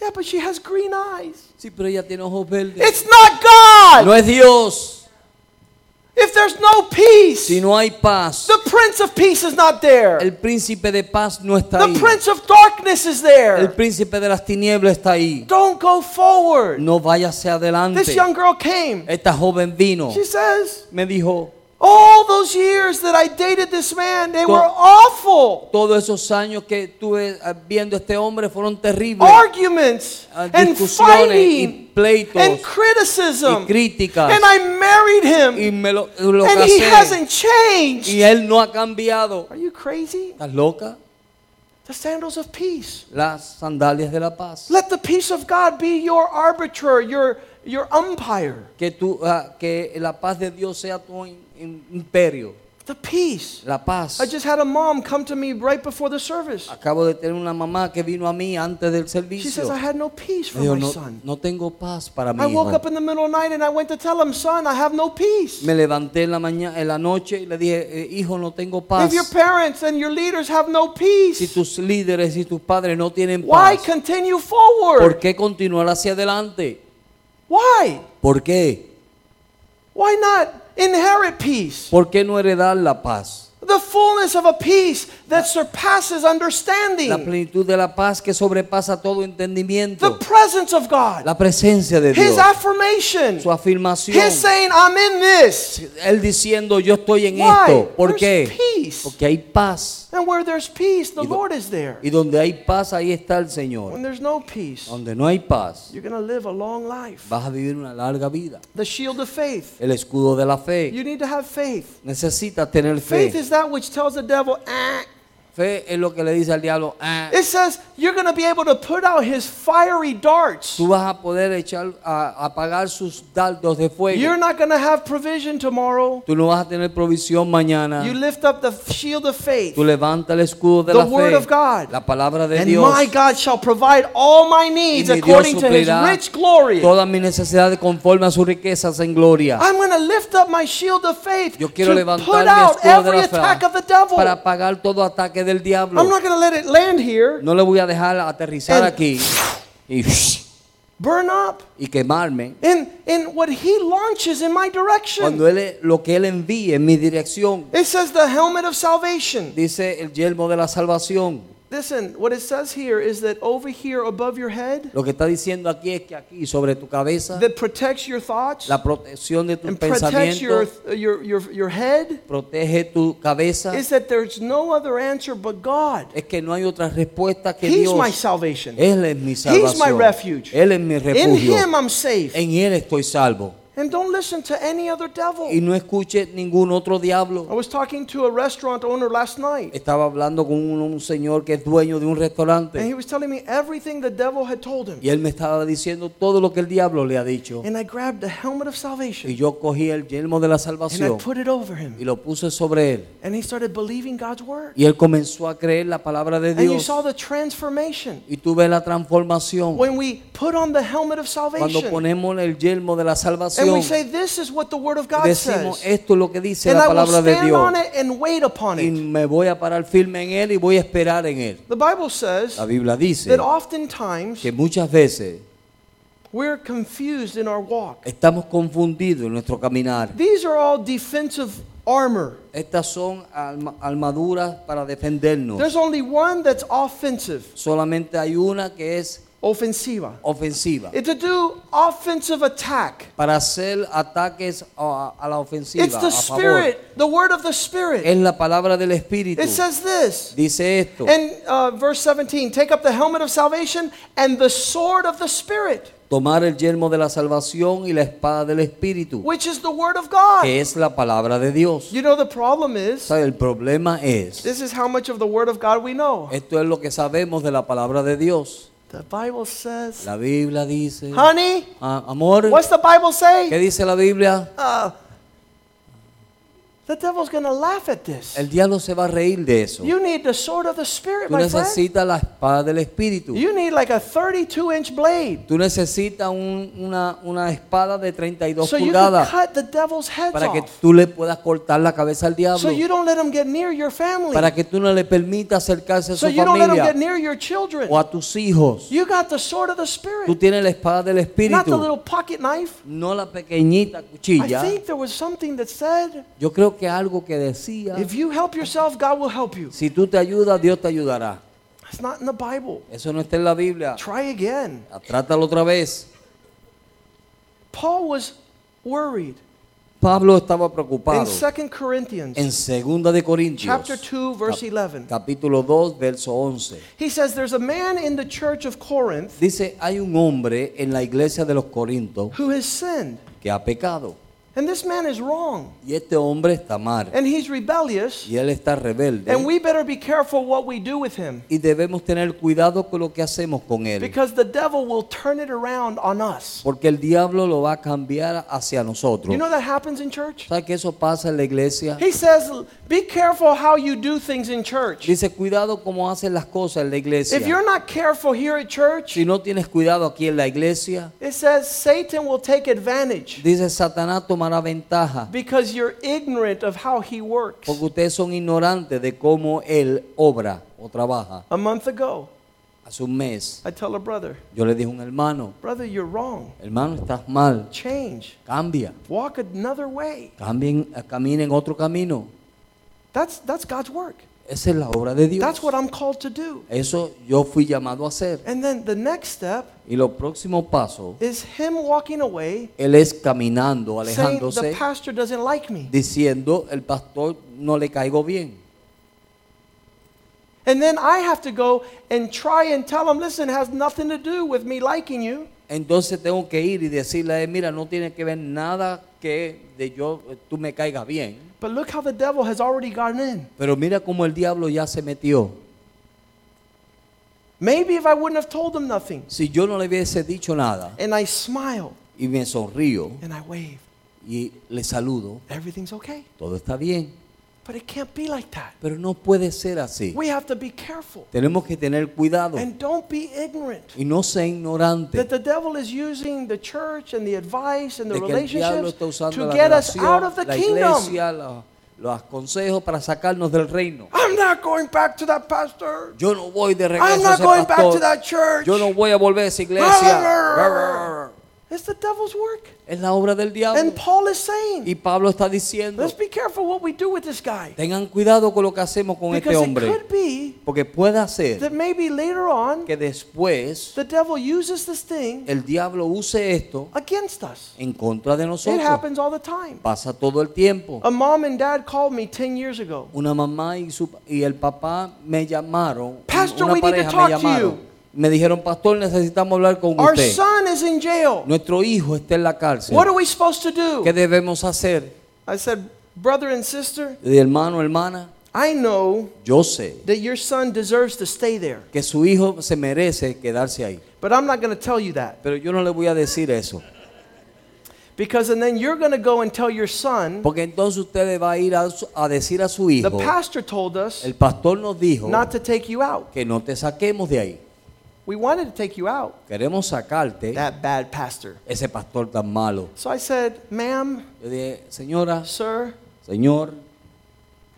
Speaker 1: Yeah, but she has green eyes.
Speaker 2: Sí, pero ella tiene ojos verdes.
Speaker 1: It's not God.
Speaker 2: No es Dios.
Speaker 1: If there's no peace,
Speaker 2: Si no hay paz,
Speaker 1: the Prince of Peace is not there.
Speaker 2: El príncipe de paz no está
Speaker 1: The
Speaker 2: ahí.
Speaker 1: Prince of Darkness is
Speaker 2: El
Speaker 1: there.
Speaker 2: príncipe de las tinieblas está ahí.
Speaker 1: Don't go forward.
Speaker 2: No vaya hacia
Speaker 1: This
Speaker 2: adelante.
Speaker 1: young girl came.
Speaker 2: Esta joven vino.
Speaker 1: She says,
Speaker 2: Me dijo,
Speaker 1: All those years that I dated this man, they
Speaker 2: To-
Speaker 1: were awful.
Speaker 2: todos esos años que estuve eh, viendo a este hombre fueron terribles.
Speaker 1: Arguments
Speaker 2: Ah,
Speaker 1: and
Speaker 2: discusiones
Speaker 1: fighting
Speaker 2: y pleitos
Speaker 1: and
Speaker 2: Y
Speaker 1: criticism.
Speaker 2: críticas.
Speaker 1: And I married
Speaker 2: Y
Speaker 1: him.
Speaker 2: me lo, lo
Speaker 1: And he
Speaker 2: casé.
Speaker 1: hasn't changed.
Speaker 2: Y él no ha cambiado.
Speaker 1: Are you crazy?
Speaker 2: ¿Estás loca?
Speaker 1: The sandals of peace.
Speaker 2: Las sandalias de la paz.
Speaker 1: Let the peace of God be your arbiter, your, your umpire.
Speaker 2: Que, tú, ah, que la paz de Dios sea tu im- im- imperio.
Speaker 1: The peace.
Speaker 2: la paz.
Speaker 1: I just had a mom come to me right before the service.
Speaker 2: Acabo de tener una mamá que vino a mí antes del
Speaker 1: She
Speaker 2: servicio.
Speaker 1: says, I had no peace for
Speaker 2: Me dijo,
Speaker 1: my
Speaker 2: no,
Speaker 1: son.
Speaker 2: no tengo paz para mi
Speaker 1: I woke
Speaker 2: hijo.
Speaker 1: up in the middle of the night and I went to tell him, son, I have no peace.
Speaker 2: Me levanté en la mañana, en la noche y le dije, "Eh, hijo, no tengo
Speaker 1: If
Speaker 2: paz.
Speaker 1: your parents and your leaders have no
Speaker 2: Si
Speaker 1: peace,
Speaker 2: tus líderes y tus padres no tienen
Speaker 1: why
Speaker 2: paz,
Speaker 1: continue
Speaker 2: ¿por
Speaker 1: forward?
Speaker 2: qué continuar hacia adelante?
Speaker 1: Why?
Speaker 2: ¿Por qué?
Speaker 1: Why not inherit peace?
Speaker 2: ¿Por qué no heredar la paz?
Speaker 1: The fullness of a peace that surpasses
Speaker 2: La
Speaker 1: understanding.
Speaker 2: plenitud de la paz que sobrepasa todo
Speaker 1: The
Speaker 2: entendimiento.
Speaker 1: presence of God.
Speaker 2: La presencia de Dios.
Speaker 1: His affirmation.
Speaker 2: Su afirmación.
Speaker 1: His saying, I'm in this.
Speaker 2: Él diciendo, yo estoy en
Speaker 1: Why?
Speaker 2: esto. ¿Por
Speaker 1: There's
Speaker 2: qué?
Speaker 1: peace.
Speaker 2: Porque hay paz.
Speaker 1: And where there's peace, the
Speaker 2: Y do-
Speaker 1: Lord is there.
Speaker 2: Y donde hay paz, ahí está el
Speaker 1: When
Speaker 2: Señor.
Speaker 1: there's no peace,
Speaker 2: Donde no hay paz,
Speaker 1: you're going to live a long life.
Speaker 2: vas a vivir una larga vida.
Speaker 1: The shield of faith.
Speaker 2: El escudo de la fe.
Speaker 1: You need to have faith.
Speaker 2: Necesitas tener
Speaker 1: Faith
Speaker 2: fe.
Speaker 1: is that which tells the devil, ah.
Speaker 2: Fe es lo que le dice al diablo, "Ah,
Speaker 1: It says you're going to be able to put out his fiery darts.
Speaker 2: tú vas a poder echar, a, apagar sus dardos de
Speaker 1: You're
Speaker 2: fuego.
Speaker 1: not going to have provision tomorrow.
Speaker 2: Tú no vas a tener provisión
Speaker 1: You
Speaker 2: mañana.
Speaker 1: lift up the shield of faith.
Speaker 2: Ah. Tú levanta el escudo de
Speaker 1: The
Speaker 2: la
Speaker 1: word of
Speaker 2: fe.
Speaker 1: God.
Speaker 2: La palabra de
Speaker 1: And my
Speaker 2: Dios.
Speaker 1: God shall provide all my
Speaker 2: Y
Speaker 1: needs
Speaker 2: mi Dios
Speaker 1: according to his
Speaker 2: suplirá
Speaker 1: rich glory.
Speaker 2: todas mis necesidades conforme a sus riquezas en gloria.
Speaker 1: I'm going to lift up my shield of faith
Speaker 2: Yo quiero
Speaker 1: to
Speaker 2: levantar
Speaker 1: put
Speaker 2: mi
Speaker 1: out
Speaker 2: escudo de
Speaker 1: every
Speaker 2: la
Speaker 1: attack of the
Speaker 2: fe
Speaker 1: devil.
Speaker 2: para apagar todo ataque del diablo.
Speaker 1: I'm not going to let it land here,
Speaker 2: No le voy a dejar aterrizar
Speaker 1: And-
Speaker 2: aquí y,
Speaker 1: burn up
Speaker 2: y quemarme.
Speaker 1: in, in what he launches in my direction.
Speaker 2: Cuando él lo que él envíe en mi dirección,
Speaker 1: It says the helmet of salvation.
Speaker 2: dice el yelmo de la salvación.
Speaker 1: Listen, what it says here is that over here above your head,
Speaker 2: Lo que está diciendo aquí es que aquí sobre tu cabeza
Speaker 1: that protects your thoughts
Speaker 2: la protección de tus
Speaker 1: and protects your,
Speaker 2: pensamientos
Speaker 1: your, your, your head,
Speaker 2: protege tu cabeza.
Speaker 1: is that there's no other answer but God.
Speaker 2: Es que no hay otra respuesta que
Speaker 1: He's
Speaker 2: Dios.
Speaker 1: my salvation.
Speaker 2: Él es mi
Speaker 1: He's my
Speaker 2: salvación.
Speaker 1: refuge.
Speaker 2: Él es mi
Speaker 1: In
Speaker 2: refugio.
Speaker 1: him I'm safe.
Speaker 2: En él estoy salvo.
Speaker 1: And don't listen to any other
Speaker 2: y
Speaker 1: devil.
Speaker 2: no escuche ningún otro
Speaker 1: I
Speaker 2: diablo.
Speaker 1: was talking to a restaurant owner last night,
Speaker 2: Estaba hablando con un, un señor que es dueño de un
Speaker 1: and he
Speaker 2: restaurante
Speaker 1: was telling me everything the devil had told him.
Speaker 2: y él me estaba diciendo todo lo que el diablo le ha dicho.
Speaker 1: And I grabbed the helmet of
Speaker 2: Y
Speaker 1: salvation
Speaker 2: yo cogí el yelmo de la
Speaker 1: and I
Speaker 2: salvación
Speaker 1: put it over
Speaker 2: y
Speaker 1: him.
Speaker 2: lo puse sobre él.
Speaker 1: And he started believing God's word.
Speaker 2: Y él comenzó a creer la palabra de
Speaker 1: And you
Speaker 2: Dios.
Speaker 1: saw the transformation.
Speaker 2: Y tú ves la transformación
Speaker 1: When we put on the helmet of
Speaker 2: cuando
Speaker 1: salvation
Speaker 2: ponemos el yelmo de la
Speaker 1: and
Speaker 2: salvación.
Speaker 1: we say, This is what the word of God
Speaker 2: Decimos
Speaker 1: says.
Speaker 2: esto es lo que dice
Speaker 1: And
Speaker 2: la
Speaker 1: I will
Speaker 2: palabra de
Speaker 1: stand
Speaker 2: Dios
Speaker 1: on it and wait upon
Speaker 2: y
Speaker 1: it.
Speaker 2: me voy a parar firme en él y voy a esperar en él.
Speaker 1: The Bible says
Speaker 2: La Biblia dice
Speaker 1: that oftentimes
Speaker 2: que muchas veces
Speaker 1: we're confused in our walk.
Speaker 2: estamos confundidos en nuestro caminar.
Speaker 1: These are all defensive armor.
Speaker 2: Estas son alma- armaduras para defendernos.
Speaker 1: There's only one that's offensive,
Speaker 2: Solamente hay una que es
Speaker 1: ofensiva.
Speaker 2: ofensiva.
Speaker 1: It's to do offensive attack.
Speaker 2: Para hacer ataques a, a la ofensiva.
Speaker 1: It's the
Speaker 2: a favor.
Speaker 1: Spirit, the word of the
Speaker 2: Es
Speaker 1: Spirit.
Speaker 2: la palabra del Espíritu.
Speaker 1: It says this.
Speaker 2: Dice esto.
Speaker 1: And uh, verse 17 take up the helmet of salvation and the sword of the Spirit,
Speaker 2: Tomar el yelmo de la salvación y la espada del Espíritu.
Speaker 1: which is the word of God.
Speaker 2: Que es la palabra de Dios.
Speaker 1: You know, the problem is
Speaker 2: ¿Sabe? El problema es.
Speaker 1: this is how much of the word of God we know.
Speaker 2: Esto es lo que sabemos de la palabra de Dios.
Speaker 1: The Bible says,
Speaker 2: La Biblia dice.
Speaker 1: honey,
Speaker 2: Ah, amor.
Speaker 1: what's the Bible
Speaker 2: ¿Qué
Speaker 1: say?
Speaker 2: dice la Biblia?
Speaker 1: Uh, the devil's going to laugh at this.
Speaker 2: El diablo se va a reír de eso.
Speaker 1: You need the sword of the Spirit,
Speaker 2: Tú
Speaker 1: my friend.
Speaker 2: necesitas la espada del Espíritu.
Speaker 1: You need like a 32 inch blade
Speaker 2: Tú necesitas un- una, una espada de 32
Speaker 1: so you can
Speaker 2: pulgadas
Speaker 1: cut the devil's heads
Speaker 2: para que
Speaker 1: off.
Speaker 2: tú le puedas cortar la cabeza al diablo.
Speaker 1: So you don't let him get near your family.
Speaker 2: para que tú no le permitas acercarse a
Speaker 1: So
Speaker 2: su
Speaker 1: you don't let him get
Speaker 2: familia
Speaker 1: near your children.
Speaker 2: o a tus hijos.
Speaker 1: You got the sword of the
Speaker 2: Tú
Speaker 1: Spirit,
Speaker 2: tienes la espada del
Speaker 1: not the
Speaker 2: Espíritu,
Speaker 1: little pocket knife.
Speaker 2: no la pequeñita
Speaker 1: I
Speaker 2: cuchilla.
Speaker 1: think there was something that said,
Speaker 2: Yo creo que algo que decía,
Speaker 1: if you help yourself, God will help you.
Speaker 2: si tú te ayudas, Dios te ayudará.
Speaker 1: It's not in the Bible.
Speaker 2: Eso no está en la Biblia.
Speaker 1: Try again.
Speaker 2: Trátalo otra vez.
Speaker 1: Paul was worried
Speaker 2: Pablo estaba
Speaker 1: in
Speaker 2: preocupado
Speaker 1: 2 Corinthians
Speaker 2: en segunda de Corintios.
Speaker 1: chapter 2 verse 11.
Speaker 2: capítulo 2, verso 11.
Speaker 1: He says there's a man in the church of Corinth
Speaker 2: Dice, hay un hombre en la iglesia de los Corintios
Speaker 1: who has sinned
Speaker 2: que ha pecado.
Speaker 1: And this man is wrong.
Speaker 2: Y este hombre está mal.
Speaker 1: And he's rebellious.
Speaker 2: Y él está rebelde.
Speaker 1: And we better be careful what we do with him.
Speaker 2: Y debemos tener cuidado con lo que hacemos con él.
Speaker 1: Because the devil will turn it around on us.
Speaker 2: Porque el diablo lo va a cambiar hacia nosotros.
Speaker 1: You know that happens in church?
Speaker 2: ¿Sabes que eso pasa en la iglesia?
Speaker 1: He says, be careful how you do things in church.
Speaker 2: Dice, cuidado cómo hacen las cosas en la
Speaker 1: If
Speaker 2: iglesia.
Speaker 1: you're not careful here at church,
Speaker 2: Si no tienes cuidado aquí en la iglesia,
Speaker 1: it says Satan will take advantage
Speaker 2: dice, Satanás tomará ventaja.
Speaker 1: because you're ignorant of how he works.
Speaker 2: Porque ustedes son ignorantes de cómo él obra o trabaja.
Speaker 1: A month ago,
Speaker 2: Hace un mes
Speaker 1: I tell a brother,
Speaker 2: yo le dije a un hermano,
Speaker 1: brother, you're wrong.
Speaker 2: hermano, estás mal,
Speaker 1: Change.
Speaker 2: cambia,
Speaker 1: Walk another way.
Speaker 2: cambien, caminen otro camino.
Speaker 1: That's, that's God's work.
Speaker 2: Esa es la obra de Dios.
Speaker 1: That's what I'm called to do.
Speaker 2: Eso yo fui llamado a hacer.
Speaker 1: And then the next step
Speaker 2: Y lo próximo paso,
Speaker 1: is him walking away
Speaker 2: él es caminando,
Speaker 1: saying the
Speaker 2: alejándose,
Speaker 1: pastor doesn't like me.
Speaker 2: diciendo, el pastor no le caigo bien.
Speaker 1: And then I have to go and try and tell him, listen, it has nothing to do with me liking you.
Speaker 2: Entonces tengo que ir y decirle a él, mira, no tiene que ver nada que de yo, tú me caigas bien.
Speaker 1: But look how the devil has already gotten in.
Speaker 2: Pero mira cómo el diablo ya se metió.
Speaker 1: Maybe if I wouldn't have told him nothing.
Speaker 2: Si yo no le hubiese dicho nada
Speaker 1: And I smile
Speaker 2: y me sonrío
Speaker 1: and I wave.
Speaker 2: y le saludo,
Speaker 1: Everything's okay.
Speaker 2: todo está bien.
Speaker 1: But it can't be like that.
Speaker 2: Pero no puede ser así.
Speaker 1: We have to be careful.
Speaker 2: Tenemos que tener cuidado
Speaker 1: And don't be ignorant
Speaker 2: y no ser ignorante
Speaker 1: that the devil is using the church and the advice and the
Speaker 2: de que el diablo
Speaker 1: relationships
Speaker 2: está usando
Speaker 1: to
Speaker 2: la
Speaker 1: get us out of the
Speaker 2: relación, la
Speaker 1: kingdom.
Speaker 2: iglesia, los, los consejos para sacarnos del reino.
Speaker 1: I'm not going back to that pastor.
Speaker 2: Yo no voy de regreso
Speaker 1: I'm
Speaker 2: a
Speaker 1: not
Speaker 2: ese
Speaker 1: going back to
Speaker 2: pastor.
Speaker 1: that church.
Speaker 2: Yo no voy a volver a esa iglesia.
Speaker 1: It's the devil's work.
Speaker 2: Es la obra del diablo.
Speaker 1: And Paul is saying,
Speaker 2: Y Pablo está diciendo,
Speaker 1: let's be careful what we do with this guy.
Speaker 2: tengan cuidado con lo que hacemos con este
Speaker 1: Because it
Speaker 2: hombre.
Speaker 1: could be
Speaker 2: Porque puede ser
Speaker 1: that maybe later on
Speaker 2: que después
Speaker 1: the devil uses this thing
Speaker 2: el diablo use esto
Speaker 1: against us.
Speaker 2: en contra de
Speaker 1: It
Speaker 2: nosotros.
Speaker 1: happens Oh. all the time.
Speaker 2: Pasa todo el tiempo.
Speaker 1: A mom and dad called me 10 years ago.
Speaker 2: Una mamá y, su, y el papá me llamaron.
Speaker 1: Pastor,
Speaker 2: una
Speaker 1: we need to
Speaker 2: pareja
Speaker 1: talk
Speaker 2: me
Speaker 1: to
Speaker 2: llamaron.
Speaker 1: you.
Speaker 2: Me dijeron, pastor, necesitamos hablar con
Speaker 1: Our
Speaker 2: usted.
Speaker 1: son is in jail.
Speaker 2: Nuestro hijo está en la cárcel.
Speaker 1: What are we supposed to
Speaker 2: ¿Qué
Speaker 1: do?
Speaker 2: debemos hacer?
Speaker 1: I said, brother and sister,
Speaker 2: De hermano, hermana,
Speaker 1: I know
Speaker 2: yo sé
Speaker 1: that your son deserves to stay there,
Speaker 2: que su hijo se merece quedarse ahí.
Speaker 1: but I'm not going to tell you that
Speaker 2: Pero yo no le voy a decir eso.
Speaker 1: because and then you're going to go and tell your son.
Speaker 2: Porque entonces usted va a ir a, su- a decir a su hijo,
Speaker 1: The pastor told us
Speaker 2: el pastor nos dijo
Speaker 1: not to take you out.
Speaker 2: que no te saquemos de ahí.
Speaker 1: We wanted to take you out.
Speaker 2: Queremos sacarte
Speaker 1: That bad pastor.
Speaker 2: ese pastor tan malo.
Speaker 1: So I said, ma'am,
Speaker 2: Yo dije, señora,
Speaker 1: sir,
Speaker 2: señor,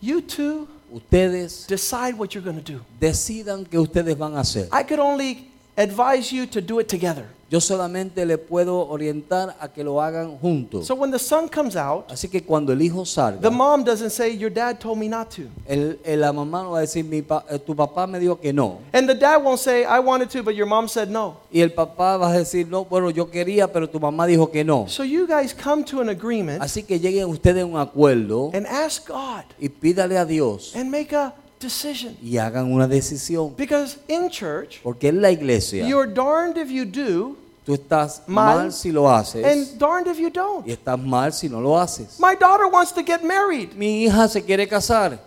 Speaker 1: you two
Speaker 2: ustedes
Speaker 1: decide what you're going to do.
Speaker 2: decidan qué ustedes van a hacer.
Speaker 1: I could only advise you to do it together.
Speaker 2: Yo solamente le puedo orientar a que lo hagan juntos.
Speaker 1: So when the son comes out,
Speaker 2: Así que cuando el hijo
Speaker 1: the
Speaker 2: salga,
Speaker 1: mom doesn't say, Your dad told me not to.
Speaker 2: el, el- la mamá no va a decir, "Mi pa- eh, tu papá me dijo que no.
Speaker 1: And the dad won't say, I wanted to, but your mom said no.
Speaker 2: Y el papá va a decir, no, bueno, yo quería, pero tu mamá dijo que no.
Speaker 1: So you guys come to an agreement
Speaker 2: Así que lleguen ustedes a un acuerdo
Speaker 1: and ask God
Speaker 2: y pídale a Dios
Speaker 1: and make a decision.
Speaker 2: y hagan una decisión.
Speaker 1: Because in church,
Speaker 2: Porque en la iglesia
Speaker 1: you're darned if you do
Speaker 2: tú estás
Speaker 1: mal,
Speaker 2: mal si lo haces
Speaker 1: and darned if you
Speaker 2: y
Speaker 1: don't.
Speaker 2: estás mal si no lo haces.
Speaker 1: My daughter wants to get married.
Speaker 2: Mi hija se quiere casar.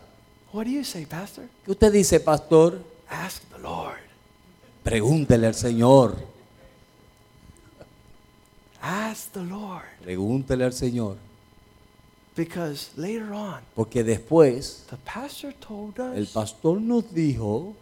Speaker 1: What do you say, Pastor?
Speaker 2: ¿Qué usted dice, pastor?
Speaker 1: Ask the Lord.
Speaker 2: Pregúntele al Señor.
Speaker 1: Ask the Lord.
Speaker 2: Pregúntele al Señor.
Speaker 1: Because later on,
Speaker 2: Porque después
Speaker 1: the pastor told
Speaker 2: el
Speaker 1: us,
Speaker 2: pastor nos dijo,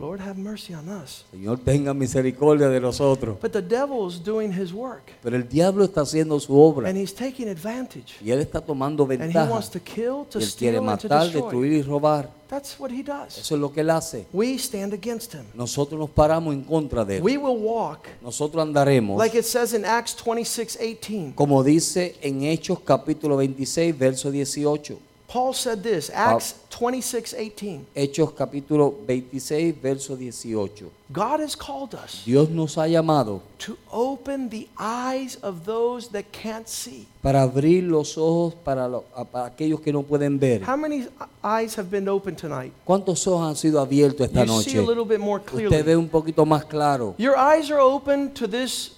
Speaker 1: Lord, have mercy on us.
Speaker 2: Señor, tenga misericordia de nosotros.
Speaker 1: But the devil's doing his work,
Speaker 2: Pero el diablo está haciendo su obra
Speaker 1: and he's taking advantage.
Speaker 2: y él está tomando
Speaker 1: And he wants to
Speaker 2: ventaja.
Speaker 1: kill,
Speaker 2: Y
Speaker 1: to
Speaker 2: él quiere
Speaker 1: steal, and to
Speaker 2: matar,
Speaker 1: destroy.
Speaker 2: destruir y robar.
Speaker 1: That's what he does.
Speaker 2: Eso es lo que él hace.
Speaker 1: We stand against him.
Speaker 2: Nosotros nos paramos en contra de él.
Speaker 1: We will walk,
Speaker 2: Nosotros andaremos,
Speaker 1: like it says in Acts 26, 18.
Speaker 2: como dice en Hechos capítulo 26, verso 18.
Speaker 1: Paul said this, Acts 26, 18.
Speaker 2: Hechos capítulo 26, verso 18.
Speaker 1: God has called us
Speaker 2: Dios nos ha llamado
Speaker 1: to open the eyes of those that can't see.
Speaker 2: para abrir los ojos para, lo- a- para aquellos que no pueden ver.
Speaker 1: How many eyes have been opened tonight?
Speaker 2: ¿Cuántos ojos han sido abiertos esta
Speaker 1: You see
Speaker 2: noche?
Speaker 1: a little bit more
Speaker 2: Usted ve
Speaker 1: clearly.
Speaker 2: un poquito más claro.
Speaker 1: Your eyes are open to this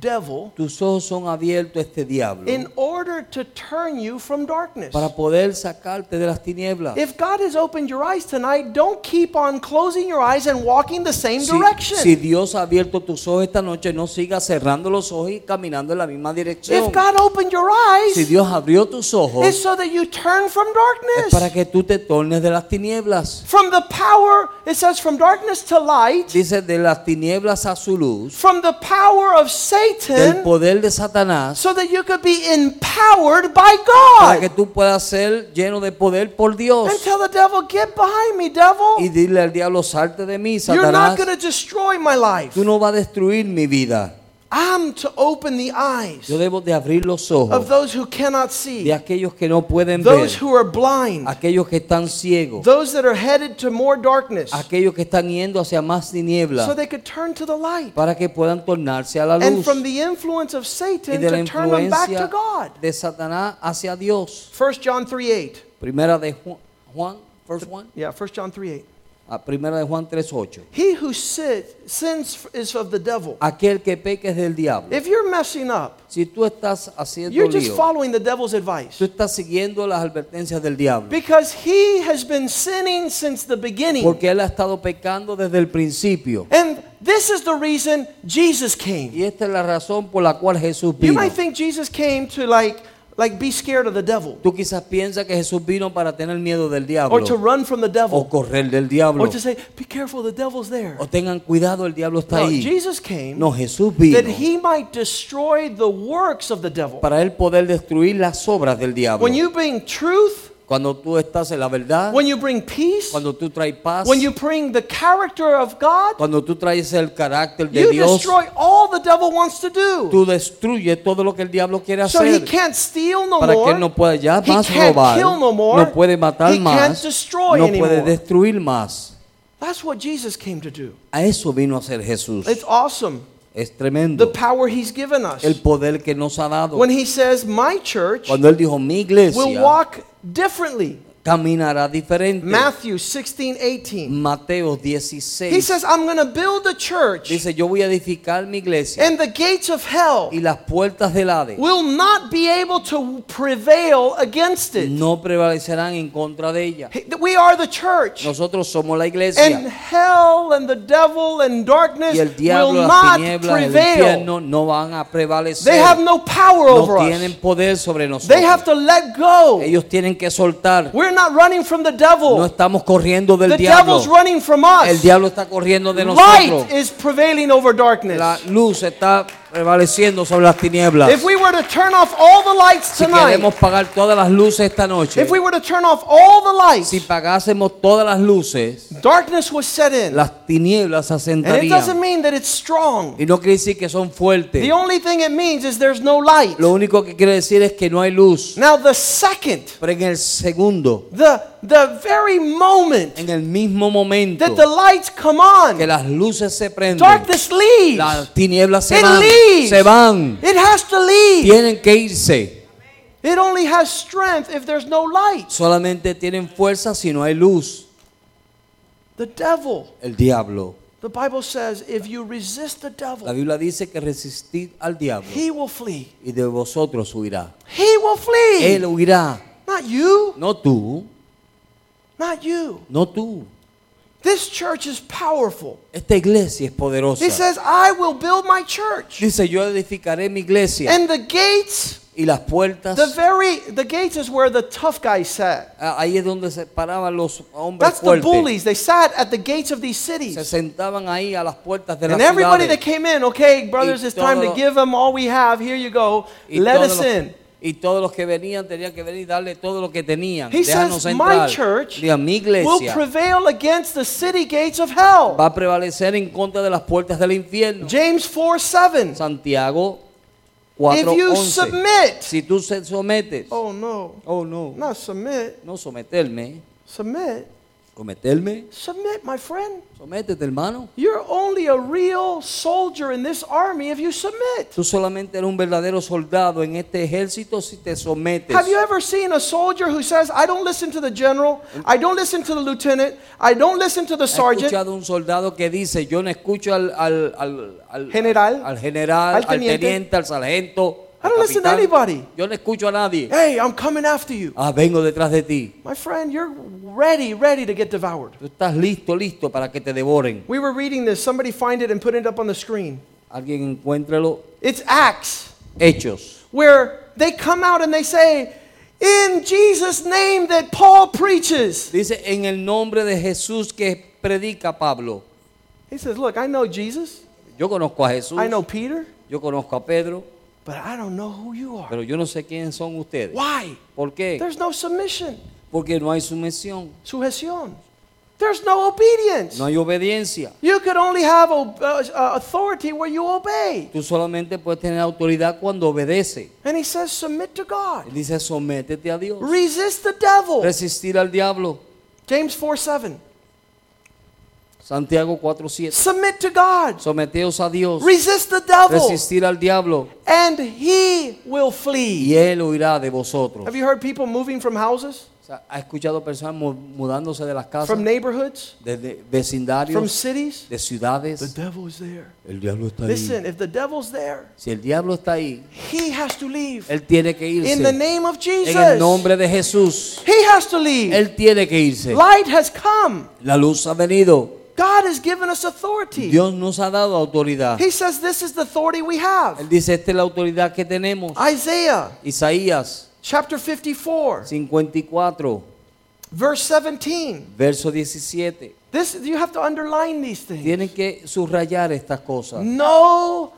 Speaker 1: devil
Speaker 2: Tus ojos son abiertos a este diablo
Speaker 1: in order to turn you from darkness.
Speaker 2: para poder sacarte de las tinieblas.
Speaker 1: If God has opened your eyes tonight, don't keep on closing your eyes and walking the same
Speaker 2: Si,
Speaker 1: direction.
Speaker 2: si Dios ha abierto tus ojos esta noche, no sigas cerrando los ojos y caminando en la misma dirección.
Speaker 1: if God opened your eyes,
Speaker 2: Si Dios abrió tus ojos,
Speaker 1: it's so that you turn from
Speaker 2: es
Speaker 1: darkness.
Speaker 2: para que tú te tornes de las tinieblas.
Speaker 1: From the power, it says, from darkness to light,
Speaker 2: Dice de las tinieblas a su luz,
Speaker 1: from the power of
Speaker 2: del
Speaker 1: Satan,
Speaker 2: poder de Satanás,
Speaker 1: so that you could be empowered by
Speaker 2: para que
Speaker 1: God.
Speaker 2: tú puedas ser lleno de poder por Dios.
Speaker 1: And tell the devil, get behind me, devil.
Speaker 2: Y dile al diablo, salte de mí,
Speaker 1: You're not
Speaker 2: Satanás.
Speaker 1: going to destroy my life.
Speaker 2: Tú no vas a destruir mi vida.
Speaker 1: I'm to open the eyes
Speaker 2: Yo debo de abrir los
Speaker 1: of
Speaker 2: ojos
Speaker 1: those who cannot
Speaker 2: de
Speaker 1: see,
Speaker 2: aquellos que no pueden ver,
Speaker 1: those who are blind,
Speaker 2: aquellos que están ciegos,
Speaker 1: those that are headed to more darkness,
Speaker 2: aquellos que están yendo hacia más
Speaker 1: so
Speaker 2: tinieblas,
Speaker 1: they could turn to the light.
Speaker 2: para que puedan tornarse a la
Speaker 1: And
Speaker 2: luz
Speaker 1: from the influence of
Speaker 2: y
Speaker 1: Satan
Speaker 2: de la
Speaker 1: to turn them back to
Speaker 2: influencia
Speaker 1: God.
Speaker 2: de Satanás hacia Dios.
Speaker 1: 1 John 3 8.
Speaker 2: Primera de Ju- Juan, first one,
Speaker 1: Yeah, 1 John 3 8.
Speaker 2: a primera de Juan 3:8.
Speaker 1: He who sins, sins is of the devil.
Speaker 2: Aquel que peque es del diablo.
Speaker 1: If you're messing up,
Speaker 2: Si tú estás haciendo
Speaker 1: you're just
Speaker 2: lío,
Speaker 1: following the devil's advice.
Speaker 2: tú estás siguiendo las advertencias del diablo,
Speaker 1: Because he has been sinning since the beginning.
Speaker 2: porque él ha estado pecando desde el principio.
Speaker 1: And this is the reason Jesus came.
Speaker 2: Y esta es la razón por la cual Jesús
Speaker 1: You
Speaker 2: vino.
Speaker 1: might think Jesus came to like like be scared of the devil
Speaker 2: Tú quizás piensas que Jesús vino para tener miedo del diablo
Speaker 1: or to run from the
Speaker 2: o
Speaker 1: devil
Speaker 2: correr del diablo
Speaker 1: or to say be careful the devil's there.
Speaker 2: o tengan cuidado, el diablo está
Speaker 1: No,
Speaker 2: ahí.
Speaker 1: Jesus came
Speaker 2: No, Jesús
Speaker 1: that
Speaker 2: vino
Speaker 1: he might destroy the works of the devil.
Speaker 2: para él poder destruir las obras del diablo.
Speaker 1: When you bring truth,
Speaker 2: Cuando tú estás en la verdad,
Speaker 1: when you bring peace,
Speaker 2: cuando tú traes paz,
Speaker 1: when you bring the character of God,
Speaker 2: cuando tú traes el carácter de
Speaker 1: you
Speaker 2: Dios,
Speaker 1: destroy all the devil wants to do.
Speaker 2: tú destruyes todo lo que el diablo quiere
Speaker 1: So he
Speaker 2: hacer
Speaker 1: can't steal no
Speaker 2: para que
Speaker 1: more.
Speaker 2: él no pueda ya
Speaker 1: He
Speaker 2: más
Speaker 1: can't
Speaker 2: robar,
Speaker 1: kill no more.
Speaker 2: no puede matar
Speaker 1: He can't
Speaker 2: más,
Speaker 1: destroy
Speaker 2: no puede
Speaker 1: anymore.
Speaker 2: destruir más.
Speaker 1: That's what Jesus came to do.
Speaker 2: A eso vino a ser Jesús.
Speaker 1: It's awesome.
Speaker 2: Es
Speaker 1: The
Speaker 2: tremendo
Speaker 1: power he's given us.
Speaker 2: el poder que nos ha dado.
Speaker 1: When he says, My church
Speaker 2: Cuando él dijo, mi
Speaker 1: will
Speaker 2: iglesia
Speaker 1: walk differently.
Speaker 2: caminará diferente.
Speaker 1: Matthew 16, 18.
Speaker 2: Mateo
Speaker 1: He
Speaker 2: 16
Speaker 1: says, I'm going to build a church,
Speaker 2: dice, yo voy a edificar mi iglesia
Speaker 1: and the gates of hell
Speaker 2: y las puertas del Hades
Speaker 1: will not be able to prevail against it.
Speaker 2: no prevalecerán en contra de ella.
Speaker 1: He- We are the church.
Speaker 2: Nosotros somos la
Speaker 1: And
Speaker 2: iglesia
Speaker 1: hell and the devil and darkness
Speaker 2: y el
Speaker 1: will
Speaker 2: diablo, las
Speaker 1: not
Speaker 2: tinieblas, el
Speaker 1: prevail.
Speaker 2: infierno no van a prevalecer.
Speaker 1: They have no power over
Speaker 2: No tienen
Speaker 1: us.
Speaker 2: poder sobre
Speaker 1: They have
Speaker 2: nosotros.
Speaker 1: to let go.
Speaker 2: Ellos tienen que soltar.
Speaker 1: We're not running from the
Speaker 2: No
Speaker 1: devil.
Speaker 2: estamos corriendo del
Speaker 1: The devil's
Speaker 2: diablo.
Speaker 1: running from
Speaker 2: El
Speaker 1: us.
Speaker 2: diablo está corriendo de nosotros.
Speaker 1: Light is prevailing over
Speaker 2: La
Speaker 1: darkness.
Speaker 2: luz está prevaleciendo sobre las tinieblas.
Speaker 1: If we were to turn off all the lights
Speaker 2: Si
Speaker 1: tonight,
Speaker 2: queremos pagar todas las luces esta noche,
Speaker 1: if we were to turn off all the
Speaker 2: si
Speaker 1: lights,
Speaker 2: pagásemos todas las luces,
Speaker 1: darkness was set in.
Speaker 2: las tinieblas se
Speaker 1: And it doesn't
Speaker 2: asentarían.
Speaker 1: mean that it's strong.
Speaker 2: Y no quiere decir que son fuertes.
Speaker 1: The only thing it means is there's no light.
Speaker 2: Lo único que quiere decir es que no hay luz.
Speaker 1: Now, the second,
Speaker 2: Pero en el segundo,
Speaker 1: the, the very moment
Speaker 2: en el mismo momento
Speaker 1: that the lights come
Speaker 2: que
Speaker 1: on,
Speaker 2: las luces se prenden,
Speaker 1: darkness leaves.
Speaker 2: las tinieblas se
Speaker 1: It
Speaker 2: van,
Speaker 1: leaves.
Speaker 2: se van,
Speaker 1: It has to leave.
Speaker 2: tienen que irse.
Speaker 1: It only has strength if there's no light.
Speaker 2: Solamente tienen fuerza si no hay luz.
Speaker 1: The devil,
Speaker 2: El diablo.
Speaker 1: the Bible says, if you resist the
Speaker 2: La
Speaker 1: devil,
Speaker 2: Biblia dice que resistid al diablo
Speaker 1: he will flee.
Speaker 2: y de vosotros huirá.
Speaker 1: He will
Speaker 2: Él
Speaker 1: flee.
Speaker 2: huirá,
Speaker 1: Not you,
Speaker 2: no tú,
Speaker 1: not you.
Speaker 2: no tú.
Speaker 1: This church is powerful.
Speaker 2: Esta iglesia es
Speaker 1: He
Speaker 2: poderosa.
Speaker 1: says, I will build my church.
Speaker 2: Dice, yo edificaré mi iglesia
Speaker 1: And the gates,
Speaker 2: y las puertas.
Speaker 1: the very, the gates is where the tough guys sat.
Speaker 2: ah, Ahí es donde se paraban los hombres
Speaker 1: That's the
Speaker 2: fuertes.
Speaker 1: bullies. They sat at the gates of these cities.
Speaker 2: Se sentaban ahí a las puertas de la
Speaker 1: And everybody
Speaker 2: ciudad.
Speaker 1: that came in, okay, brothers,
Speaker 2: Y
Speaker 1: it's time to
Speaker 2: todo-
Speaker 1: give them all we have. Here you go.
Speaker 2: Y
Speaker 1: Let
Speaker 2: todos
Speaker 1: us
Speaker 2: los-
Speaker 1: in.
Speaker 2: Y todos los que venían tenían que venir y darle todo lo que tenían.
Speaker 1: He
Speaker 2: Déjanos
Speaker 1: says, My
Speaker 2: entrar.
Speaker 1: church
Speaker 2: Diga, mi
Speaker 1: will
Speaker 2: iglesia
Speaker 1: prevail against the city gates of hell.
Speaker 2: va a prevalecer en contra de las puertas del infierno.
Speaker 1: James 4 7.
Speaker 2: Santiago
Speaker 1: If you
Speaker 2: 4:11.
Speaker 1: submit,
Speaker 2: Si tú se sometes,
Speaker 1: oh no,
Speaker 2: oh no,
Speaker 1: not submit,
Speaker 2: no someterme,
Speaker 1: submit,
Speaker 2: Someterme.
Speaker 1: Submit, my friend.
Speaker 2: Sométete, hermano.
Speaker 1: You're only a real soldier in this army if you submit.
Speaker 2: Tú solamente eres un verdadero soldado en este ejército si te sometes.
Speaker 1: Have you ever seen a soldier who says, I don't listen to the general, I don't listen to the lieutenant, I don't listen to the
Speaker 2: ¿Has
Speaker 1: sergeant?
Speaker 2: escuchado un soldado que dice, yo no escucho al, al, al, al-
Speaker 1: General.
Speaker 2: al general,
Speaker 1: Al
Speaker 2: al
Speaker 1: teniente.
Speaker 2: teniente, al sargento,
Speaker 1: I
Speaker 2: al
Speaker 1: don't listen to
Speaker 2: capitán.
Speaker 1: anybody.
Speaker 2: Yo no escucho a nadie.
Speaker 1: Hey, I'm coming after you.
Speaker 2: Ah, vengo detrás de ti.
Speaker 1: My friend, you're ready, ready to get devoured.
Speaker 2: Tú estás listo, listo para que te devoren.
Speaker 1: We were reading this. Somebody find it and put it up on the screen.
Speaker 2: Alguien encuéntralo.
Speaker 1: It's Acts,
Speaker 2: Hechos.
Speaker 1: where they come out and they say, In Jesus' name that Paul preaches.
Speaker 2: Dice, en el nombre de Jesús que predica Pablo.
Speaker 1: He says, Look, I know Jesus,
Speaker 2: Yo conozco a Jesús,
Speaker 1: I know Peter,
Speaker 2: yo conozco a Pedro,
Speaker 1: but I don't know who you are.
Speaker 2: pero yo no sé quiénes son ustedes.
Speaker 1: Why?
Speaker 2: ¿Por qué?
Speaker 1: There's no submission,
Speaker 2: Porque no hay sumisión,
Speaker 1: sujeción. There's no obedience.
Speaker 2: no hay obediencia.
Speaker 1: You could only have ob- uh, uh, authority where you obey.
Speaker 2: Tú solamente puedes tener autoridad cuando obedece.
Speaker 1: And he says, Submit to
Speaker 2: Él
Speaker 1: God,
Speaker 2: dice, sométete a Dios.
Speaker 1: resist the devil.
Speaker 2: Resistir al diablo.
Speaker 1: James 4 7.
Speaker 2: Santiago 4.7.
Speaker 1: Submit to God.
Speaker 2: Someteos a Dios.
Speaker 1: Resist the devil.
Speaker 2: Resistir al diablo.
Speaker 1: And he will
Speaker 2: Y
Speaker 1: flee.
Speaker 2: él huirá de vosotros.
Speaker 1: Have you heard people moving from houses?
Speaker 2: O sea, ¿Ha escuchado personas mu- mudándose de las casas,
Speaker 1: From neighborhoods?
Speaker 2: de, de-
Speaker 1: From
Speaker 2: vecindarios,
Speaker 1: cities?
Speaker 2: de
Speaker 1: The
Speaker 2: ciudades?
Speaker 1: devil is there.
Speaker 2: El diablo está
Speaker 1: Listen, if the devil's there,
Speaker 2: Si el diablo está ahí,
Speaker 1: he has to leave.
Speaker 2: él tiene que irse.
Speaker 1: In the name of
Speaker 2: En el
Speaker 1: Jesus.
Speaker 2: nombre de Jesús,
Speaker 1: He has to leave.
Speaker 2: él tiene que irse.
Speaker 1: Light has come.
Speaker 2: La luz ha venido.
Speaker 1: God has given us authority.
Speaker 2: Dios nos ha dado autoridad.
Speaker 1: He says this is the authority we
Speaker 2: Él
Speaker 1: have.
Speaker 2: dice, esta es la autoridad que tenemos.
Speaker 1: Ah. Isaiah
Speaker 2: Isaías
Speaker 1: chapter 54,
Speaker 2: 54,
Speaker 1: verse 17.
Speaker 2: verso 17.
Speaker 1: This you have to underline these things.
Speaker 2: Tienen que subrayar estas cosas.
Speaker 1: No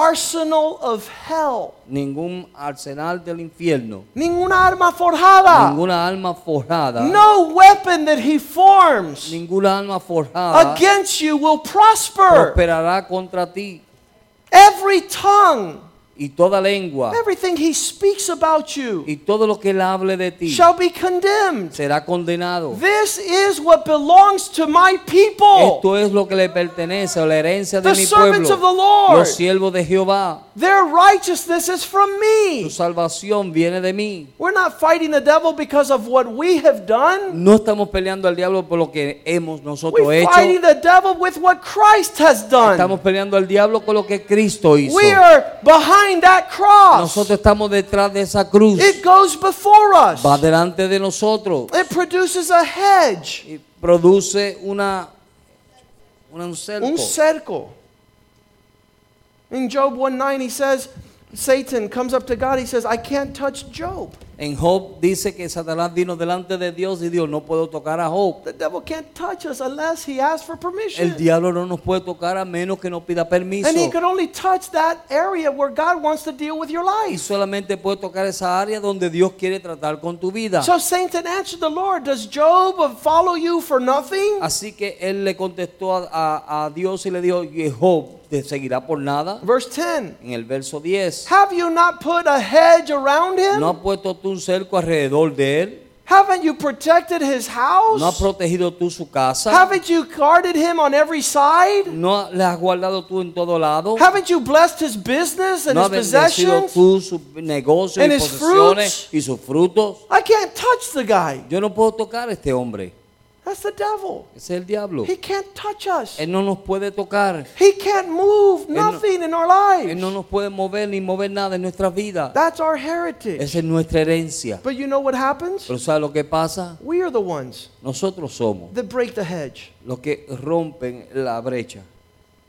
Speaker 1: arsenal of hell.
Speaker 2: Ningún arsenal del infierno,
Speaker 1: Ninguna arma forjada.
Speaker 2: ninguna alma forjada,
Speaker 1: No weapon that he forms
Speaker 2: ninguna alma forjada
Speaker 1: against you will prosper.
Speaker 2: prosperará contra ti.
Speaker 1: Every tongue,
Speaker 2: Y toda lengua
Speaker 1: everything he speaks about you
Speaker 2: y todo lo que él hable de ti
Speaker 1: shall be condemned.
Speaker 2: será condenado.
Speaker 1: This is what belongs to my people.
Speaker 2: Esto es lo que le pertenece, la herencia de
Speaker 1: The
Speaker 2: mi
Speaker 1: servants of the
Speaker 2: pueblo,
Speaker 1: Lord.
Speaker 2: los siervos de Jehová.
Speaker 1: Their righteousness is from
Speaker 2: Su
Speaker 1: me.
Speaker 2: salvación viene de mí.
Speaker 1: We're not fighting the devil because of what we have done.
Speaker 2: No estamos peleando al diablo por lo que hemos nosotros
Speaker 1: We're
Speaker 2: hecho.
Speaker 1: fighting the devil with what Christ has done.
Speaker 2: Estamos peleando al diablo con lo que Cristo hizo.
Speaker 1: We are behind that cross.
Speaker 2: Nosotros estamos detrás de esa cruz.
Speaker 1: It goes before us.
Speaker 2: Va delante de nosotros.
Speaker 1: It produces a hedge,
Speaker 2: Y produce una, una un cerco.
Speaker 1: un cerco. In Job 1:9 he says Satan comes up to God. He says, "I can't touch Job.
Speaker 2: En Job dice que Satanás vino delante de Dios y Dios no puedo tocar a Job.
Speaker 1: The devil can't touch us unless he asks for permission."
Speaker 2: El diablo no nos puede tocar a menos que nos pida permiso.
Speaker 1: And he could only touch that area where God wants to deal with your
Speaker 2: Y
Speaker 1: life.
Speaker 2: solamente puede tocar esa área donde Dios quiere tratar con tu vida.
Speaker 1: So Satan answered the Lord, "Does Job uh, follow you for nothing?"
Speaker 2: Así que él le contestó a, a- a Dios y le dijo, "Y Job, ¿te seguirá por nada?
Speaker 1: Verse 10.
Speaker 2: En el verso 10,
Speaker 1: Have you not put a hedge around him?
Speaker 2: ¿no has puesto tú un cerco alrededor de él?
Speaker 1: Haven't you protected his house?
Speaker 2: ¿No has protegido tú su casa?
Speaker 1: Haven't you guarded him on every side?
Speaker 2: ¿No le has guardado tú en todo lado?
Speaker 1: Haven't you blessed his business and
Speaker 2: ¿No has
Speaker 1: his
Speaker 2: bendecido
Speaker 1: possessions?
Speaker 2: tú su negocio
Speaker 1: and
Speaker 2: y
Speaker 1: his
Speaker 2: posesiones
Speaker 1: fruits?
Speaker 2: y sus frutos?
Speaker 1: I can't touch the guy.
Speaker 2: Yo no puedo tocar a este hombre.
Speaker 1: That's the devil.
Speaker 2: Ese es el diablo.
Speaker 1: He can't touch us.
Speaker 2: Él no nos puede tocar.
Speaker 1: He can't move
Speaker 2: no-
Speaker 1: nothing in our
Speaker 2: Él no
Speaker 1: lives.
Speaker 2: nos puede mover ni mover nada en nuestras vidas.
Speaker 1: That's our heritage.
Speaker 2: Esa es nuestra herencia.
Speaker 1: But you know what happens?
Speaker 2: Pero ¿sabes lo que pasa?
Speaker 1: We are the ones
Speaker 2: Nosotros somos
Speaker 1: that break the hedge.
Speaker 2: los que rompen la brecha.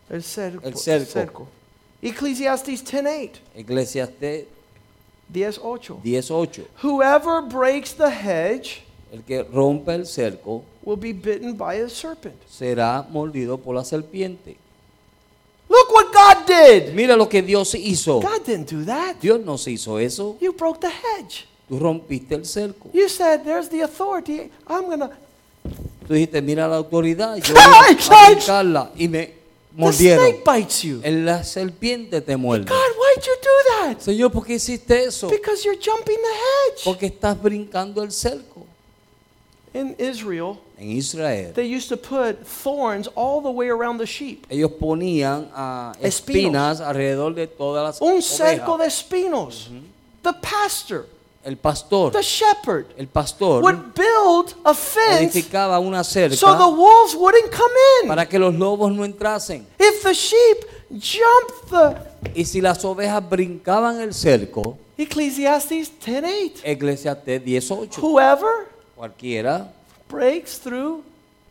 Speaker 1: El cerco.
Speaker 2: El cerco.
Speaker 1: Ecclesiastes 10:8.
Speaker 2: Eclesiastés
Speaker 1: 10:8.
Speaker 2: 18.
Speaker 1: Whoever breaks the hedge
Speaker 2: El que rompe el cerco
Speaker 1: will be bitten by a serpent.
Speaker 2: será mordido por la serpiente.
Speaker 1: Look what God did.
Speaker 2: Mira lo que Dios hizo.
Speaker 1: God didn't do that.
Speaker 2: Dios nos hizo eso.
Speaker 1: You broke the hedge.
Speaker 2: Tú rompiste el cerco.
Speaker 1: You said, "There's the authority. I'm gonna."
Speaker 2: Tú dijiste, mira la autoridad, yo
Speaker 1: Ay,
Speaker 2: voy a
Speaker 1: ay.
Speaker 2: brincarla. y me
Speaker 1: The
Speaker 2: mordieron.
Speaker 1: snake bites you.
Speaker 2: En la serpiente te muerde.
Speaker 1: God, why'd you do that?
Speaker 2: Señor, ¿por qué hiciste eso?
Speaker 1: Because you're jumping the hedge.
Speaker 2: Porque estás brincando el cerco.
Speaker 1: In Israel,
Speaker 2: en Israel,
Speaker 1: they used to put thorns all the way around the sheep.
Speaker 2: ellos ponían ah,
Speaker 1: Espinos.
Speaker 2: espinas alrededor de todas las
Speaker 1: Un cerco
Speaker 2: ovejas.
Speaker 1: de espinos. The pastor,
Speaker 2: El pastor,
Speaker 1: the shepherd,
Speaker 2: el pastor
Speaker 1: would build a fence
Speaker 2: edificaba una cerca
Speaker 1: so the wolves wouldn't come in.
Speaker 2: para que los lobos no entrasen.
Speaker 1: If the sheep jumped the
Speaker 2: Y si las ovejas brincaban el cerco,
Speaker 1: Ecclesiastes 10:8,
Speaker 2: Eclesiastes 18,
Speaker 1: whoever
Speaker 2: cualquiera
Speaker 1: breaks through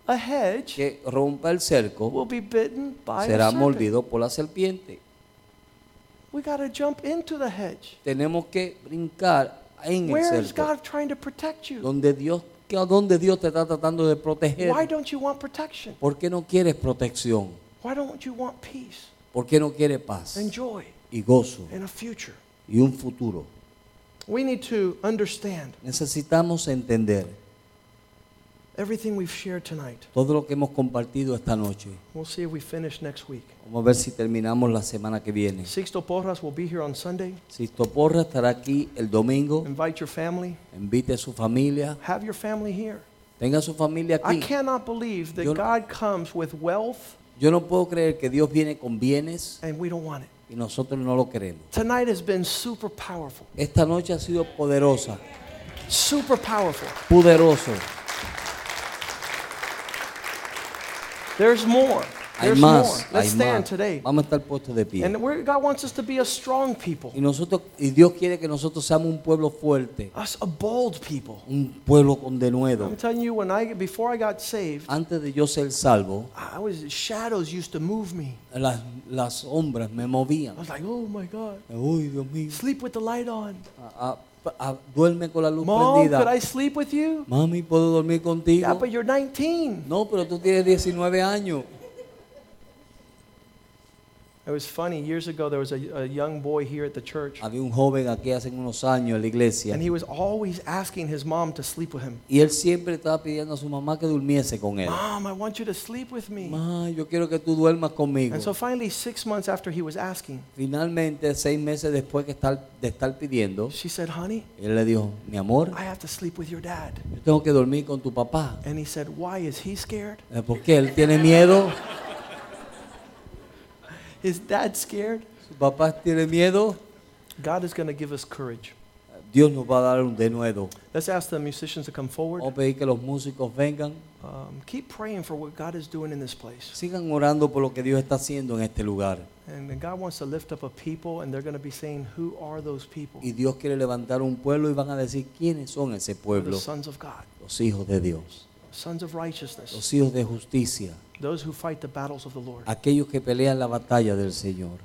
Speaker 1: a hedge
Speaker 2: que rompa el cerco
Speaker 1: will be bitten by a
Speaker 2: será
Speaker 1: serpent.
Speaker 2: mordido por la serpiente.
Speaker 1: We got to jump into the hedge.
Speaker 2: Tenemos que brincar en el
Speaker 1: Where is
Speaker 2: cerco,
Speaker 1: God trying to protect you?
Speaker 2: donde Dios, que a donde Dios te está tratando de proteger.
Speaker 1: Why don't you want protection?
Speaker 2: ¿Por qué no quieres protección?
Speaker 1: Why don't you want peace
Speaker 2: ¿Por qué no quieres paz
Speaker 1: and joy
Speaker 2: y gozo
Speaker 1: and a future?
Speaker 2: y un futuro?
Speaker 1: We need to understand
Speaker 2: Necesitamos entender
Speaker 1: everything we've shared tonight.
Speaker 2: todo lo que hemos compartido esta noche.
Speaker 1: We'll see if we finish next week.
Speaker 2: Vamos a ver si terminamos la semana que viene.
Speaker 1: Sixto Porras will be here on Sunday.
Speaker 2: Sisto Porra estará aquí el domingo.
Speaker 1: Invite your family.
Speaker 2: Invite a su familia.
Speaker 1: Have your family here.
Speaker 2: Tenga a su familia
Speaker 1: I
Speaker 2: aquí.
Speaker 1: cannot believe that
Speaker 2: Yo no-
Speaker 1: God comes with wealth
Speaker 2: Yo no puedo creer que Dios viene con bienes
Speaker 1: and we don't want it.
Speaker 2: y nosotros no lo queremos.
Speaker 1: Tonight has been super powerful.
Speaker 2: Esta noche ha sido poderosa,
Speaker 1: Super powerful.
Speaker 2: poderoso.
Speaker 1: There's more.
Speaker 2: Hay
Speaker 1: There's
Speaker 2: más,
Speaker 1: more.
Speaker 2: hay
Speaker 1: Let's stand
Speaker 2: más.
Speaker 1: today.
Speaker 2: Vamos a estar puestos de pie.
Speaker 1: And we're, God wants us to be a strong people,
Speaker 2: Y nosotros y Dios quiere que nosotros seamos un pueblo fuerte,
Speaker 1: us a bold people.
Speaker 2: un pueblo con
Speaker 1: I'm
Speaker 2: denuedo.
Speaker 1: telling you, when I before I got saved,
Speaker 2: Antes de yo ser salvo,
Speaker 1: I was shadows used to move me.
Speaker 2: las, las sombras me
Speaker 1: I
Speaker 2: movían.
Speaker 1: was like, oh my God,
Speaker 2: Uy, Dios mío.
Speaker 1: sleep with the light on.
Speaker 2: Ah, ah, ah, duerme con la luz
Speaker 1: Mom, could I pues-
Speaker 2: prendida.
Speaker 1: sleep with you?
Speaker 2: Mami, ¿puedo dormir
Speaker 1: Yeah,
Speaker 2: contigo?
Speaker 1: but you're 19.
Speaker 2: No, pero tú tienes 19 años.
Speaker 1: It was funny. Years ago, there was a, a young boy here at the church,
Speaker 2: Había un joven aquí hace unos años en la iglesia
Speaker 1: and he was always asking his mom to sleep with him.
Speaker 2: y él siempre estaba pidiendo a su mamá que durmiese con él.
Speaker 1: Mom, I want you to sleep with me.
Speaker 2: Ma, yo quiero que tú duermas conmigo.
Speaker 1: And so finally, six months after he was asking,
Speaker 2: Finalmente, seis meses después que estar, de estar pidiendo,
Speaker 1: she said, Honey,
Speaker 2: él le dijo, mi amor,
Speaker 1: I have to sleep with your dad.
Speaker 2: yo tengo que dormir con tu papá.
Speaker 1: And he said, Why is he scared?
Speaker 2: Eh, ¿Por qué? Él tiene miedo.
Speaker 1: Is dad scared?
Speaker 2: Su papá tiene miedo.
Speaker 1: God is going to give us courage.
Speaker 2: Dios nos va a dar un denuedo.
Speaker 1: Let's ask the musicians to come forward.
Speaker 2: Vamos a pedir que los músicos vengan.
Speaker 1: Um, keep praying for what God is doing in this place.
Speaker 2: Sigan orando por lo que Dios está haciendo en este lugar.
Speaker 1: And then God wants to lift up a people, and they're going to be saying, Who are those people?
Speaker 2: Y Dios quiere levantar un pueblo y van a decir quiénes son ese
Speaker 1: The
Speaker 2: pueblo.
Speaker 1: sons of God,
Speaker 2: Los hijos de Dios,
Speaker 1: sons of righteousness,
Speaker 2: los hijos de justicia,
Speaker 1: those who fight the battles of the Lord.
Speaker 2: aquellos que pelean la batalla del Señor.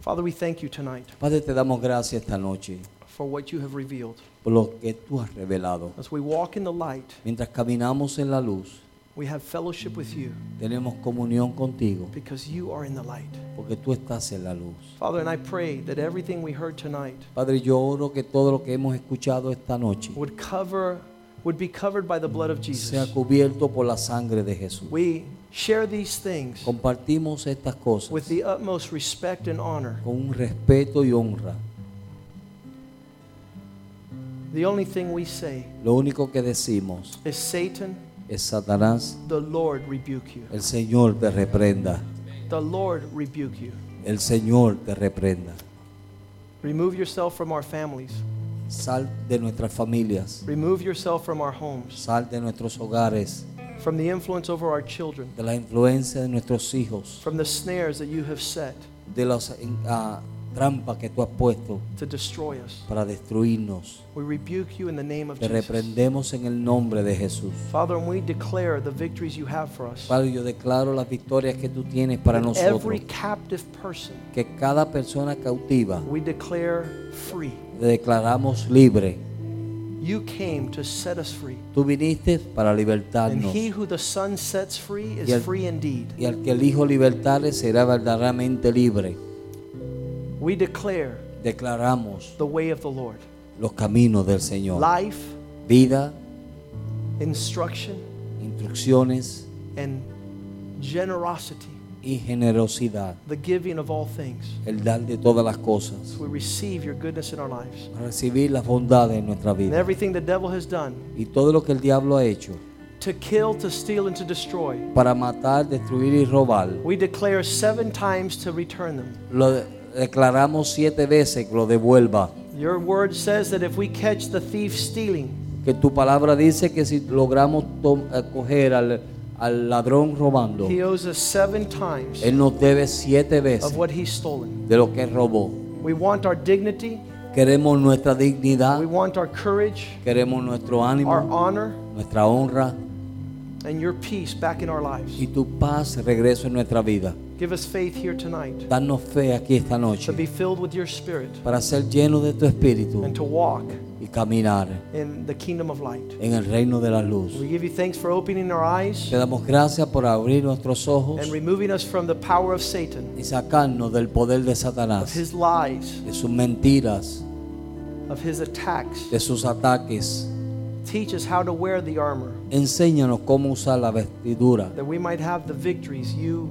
Speaker 1: Father, we thank you tonight
Speaker 2: Padre, te damos gracias esta noche
Speaker 1: for what you have revealed.
Speaker 2: por lo que tú has revelado.
Speaker 1: As we walk in the light,
Speaker 2: Mientras caminamos en la luz,
Speaker 1: we have fellowship with you
Speaker 2: tenemos comunión contigo,
Speaker 1: because you are in the light.
Speaker 2: porque tú estás en la luz.
Speaker 1: Father, and I pray that everything we heard tonight
Speaker 2: Padre, yo oro que todo lo que hemos escuchado esta noche
Speaker 1: would cover would be covered by the blood of
Speaker 2: sea
Speaker 1: Jesus.
Speaker 2: cubierto por la sangre de Jesús.
Speaker 1: We share these things
Speaker 2: Compartimos estas cosas
Speaker 1: with the utmost respect and honor.
Speaker 2: con un respeto y honra.
Speaker 1: The only thing we say
Speaker 2: Lo único que decimos
Speaker 1: is Satan,
Speaker 2: es Satanás
Speaker 1: the Lord rebuke you.
Speaker 2: El Señor te reprenda.
Speaker 1: The Lord rebuke you.
Speaker 2: El Señor te reprenda.
Speaker 1: Remove yourself from our families.
Speaker 2: Sal de nuestras familias.
Speaker 1: Remove yourself from our homes,
Speaker 2: Sal de nuestros hogares.
Speaker 1: from the influence over our children,
Speaker 2: De la influencia de nuestros hijos.
Speaker 1: from the snares that you have set
Speaker 2: De las en- ah, trampas que tú has puesto
Speaker 1: to destroy us.
Speaker 2: para destruirnos.
Speaker 1: We rebuke you in the name of
Speaker 2: Te
Speaker 1: Jesus.
Speaker 2: reprendemos en el nombre de Jesús.
Speaker 1: Father, and we declare the victories you have for us.
Speaker 2: Padre, yo declaro las victorias que tú tienes para
Speaker 1: And
Speaker 2: nosotros.
Speaker 1: Every captive person,
Speaker 2: Que cada persona cautiva
Speaker 1: we declare free.
Speaker 2: le declaramos libre.
Speaker 1: You came to set us free.
Speaker 2: Tú viniste para
Speaker 1: And
Speaker 2: libertarnos.
Speaker 1: he who the Son sets free
Speaker 2: Y
Speaker 1: is
Speaker 2: al-
Speaker 1: free indeed.
Speaker 2: Y al que el Hijo libertare será verdaderamente libre.
Speaker 1: We declare
Speaker 2: Declaramos
Speaker 1: the way of the Lord
Speaker 2: los caminos del Señor.
Speaker 1: life,
Speaker 2: Vida,
Speaker 1: instruction,
Speaker 2: instrucciones
Speaker 1: and generosity
Speaker 2: y generosidad,
Speaker 1: the giving of all things.
Speaker 2: el dar de todas las cosas,
Speaker 1: So we receive your goodness in our lives.
Speaker 2: para recibir las bondades en nuestra
Speaker 1: And
Speaker 2: vida.
Speaker 1: everything the devil has done
Speaker 2: Y todo lo que el diablo ha hecho
Speaker 1: to kill, to steal, and to destroy,
Speaker 2: para matar, destruir y robar,
Speaker 1: we declare seven times to return them.
Speaker 2: lo de- declaramos siete veces que lo devuelva.
Speaker 1: Your word says that if we catch the thief stealing,
Speaker 2: Que tu palabra dice que si logramos to- eh, coger al, al ladrón robando,
Speaker 1: he owes us seven times
Speaker 2: él nos debe siete
Speaker 1: of
Speaker 2: veces
Speaker 1: what he's stolen.
Speaker 2: de lo que robó.
Speaker 1: We want our dignity,
Speaker 2: Queremos nuestra dignidad,
Speaker 1: we want our courage,
Speaker 2: queremos nuestro
Speaker 1: our
Speaker 2: ánimo,
Speaker 1: honor,
Speaker 2: nuestra honra
Speaker 1: and your peace back in our lives.
Speaker 2: y tu paz regreso en nuestra vida.
Speaker 1: Give us faith here tonight
Speaker 2: Danos fe aquí esta
Speaker 1: to be
Speaker 2: noche
Speaker 1: filled with your spirit
Speaker 2: para ser llenos de tu espíritu
Speaker 1: and to walk
Speaker 2: y caminar
Speaker 1: in the kingdom of light.
Speaker 2: en el reino de la luz.
Speaker 1: We give you thanks for opening our eyes
Speaker 2: Te damos gracias por abrir nuestros ojos
Speaker 1: and removing us from the power of Satan,
Speaker 2: y sacarnos del poder de
Speaker 1: of
Speaker 2: Satanás,
Speaker 1: his lies,
Speaker 2: de sus mentiras,
Speaker 1: of his attacks.
Speaker 2: de sus ataques.
Speaker 1: Teach us how to wear the armor
Speaker 2: Enséñanos cómo usar la vestidura
Speaker 1: that we might have the victories you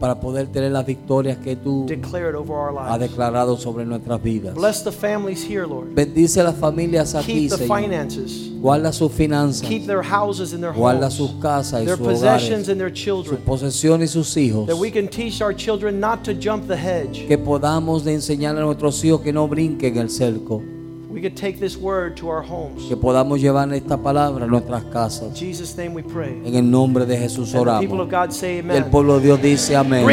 Speaker 2: para poder tener las victorias que tú
Speaker 1: declared over our
Speaker 2: has
Speaker 1: lives.
Speaker 2: declarado sobre nuestras vidas.
Speaker 1: Bless the families here, Lord.
Speaker 2: Bendice las familias aquí,
Speaker 1: Keep the
Speaker 2: Señor.
Speaker 1: finances.
Speaker 2: Guarda sus finanzas,
Speaker 1: Keep their houses and their
Speaker 2: guarda
Speaker 1: homes,
Speaker 2: sus casas y
Speaker 1: their
Speaker 2: sus
Speaker 1: possessions
Speaker 2: hogares,
Speaker 1: and their
Speaker 2: sus
Speaker 1: children.
Speaker 2: posesiones y sus hijos.
Speaker 1: That we can teach our children not to jump the hedge.
Speaker 2: Que podamos de enseñar a nuestros hijos que no brinquen el cerco.
Speaker 1: We could take this word to our homes.
Speaker 2: Que podamos llevar esta palabra a nuestras
Speaker 1: In
Speaker 2: casas.
Speaker 1: Jesus' name we pray.
Speaker 2: En el nombre de Jesús
Speaker 1: And the people
Speaker 2: oramos.
Speaker 1: of God say
Speaker 2: Y el
Speaker 1: amen.
Speaker 2: pueblo de Dios dice amén.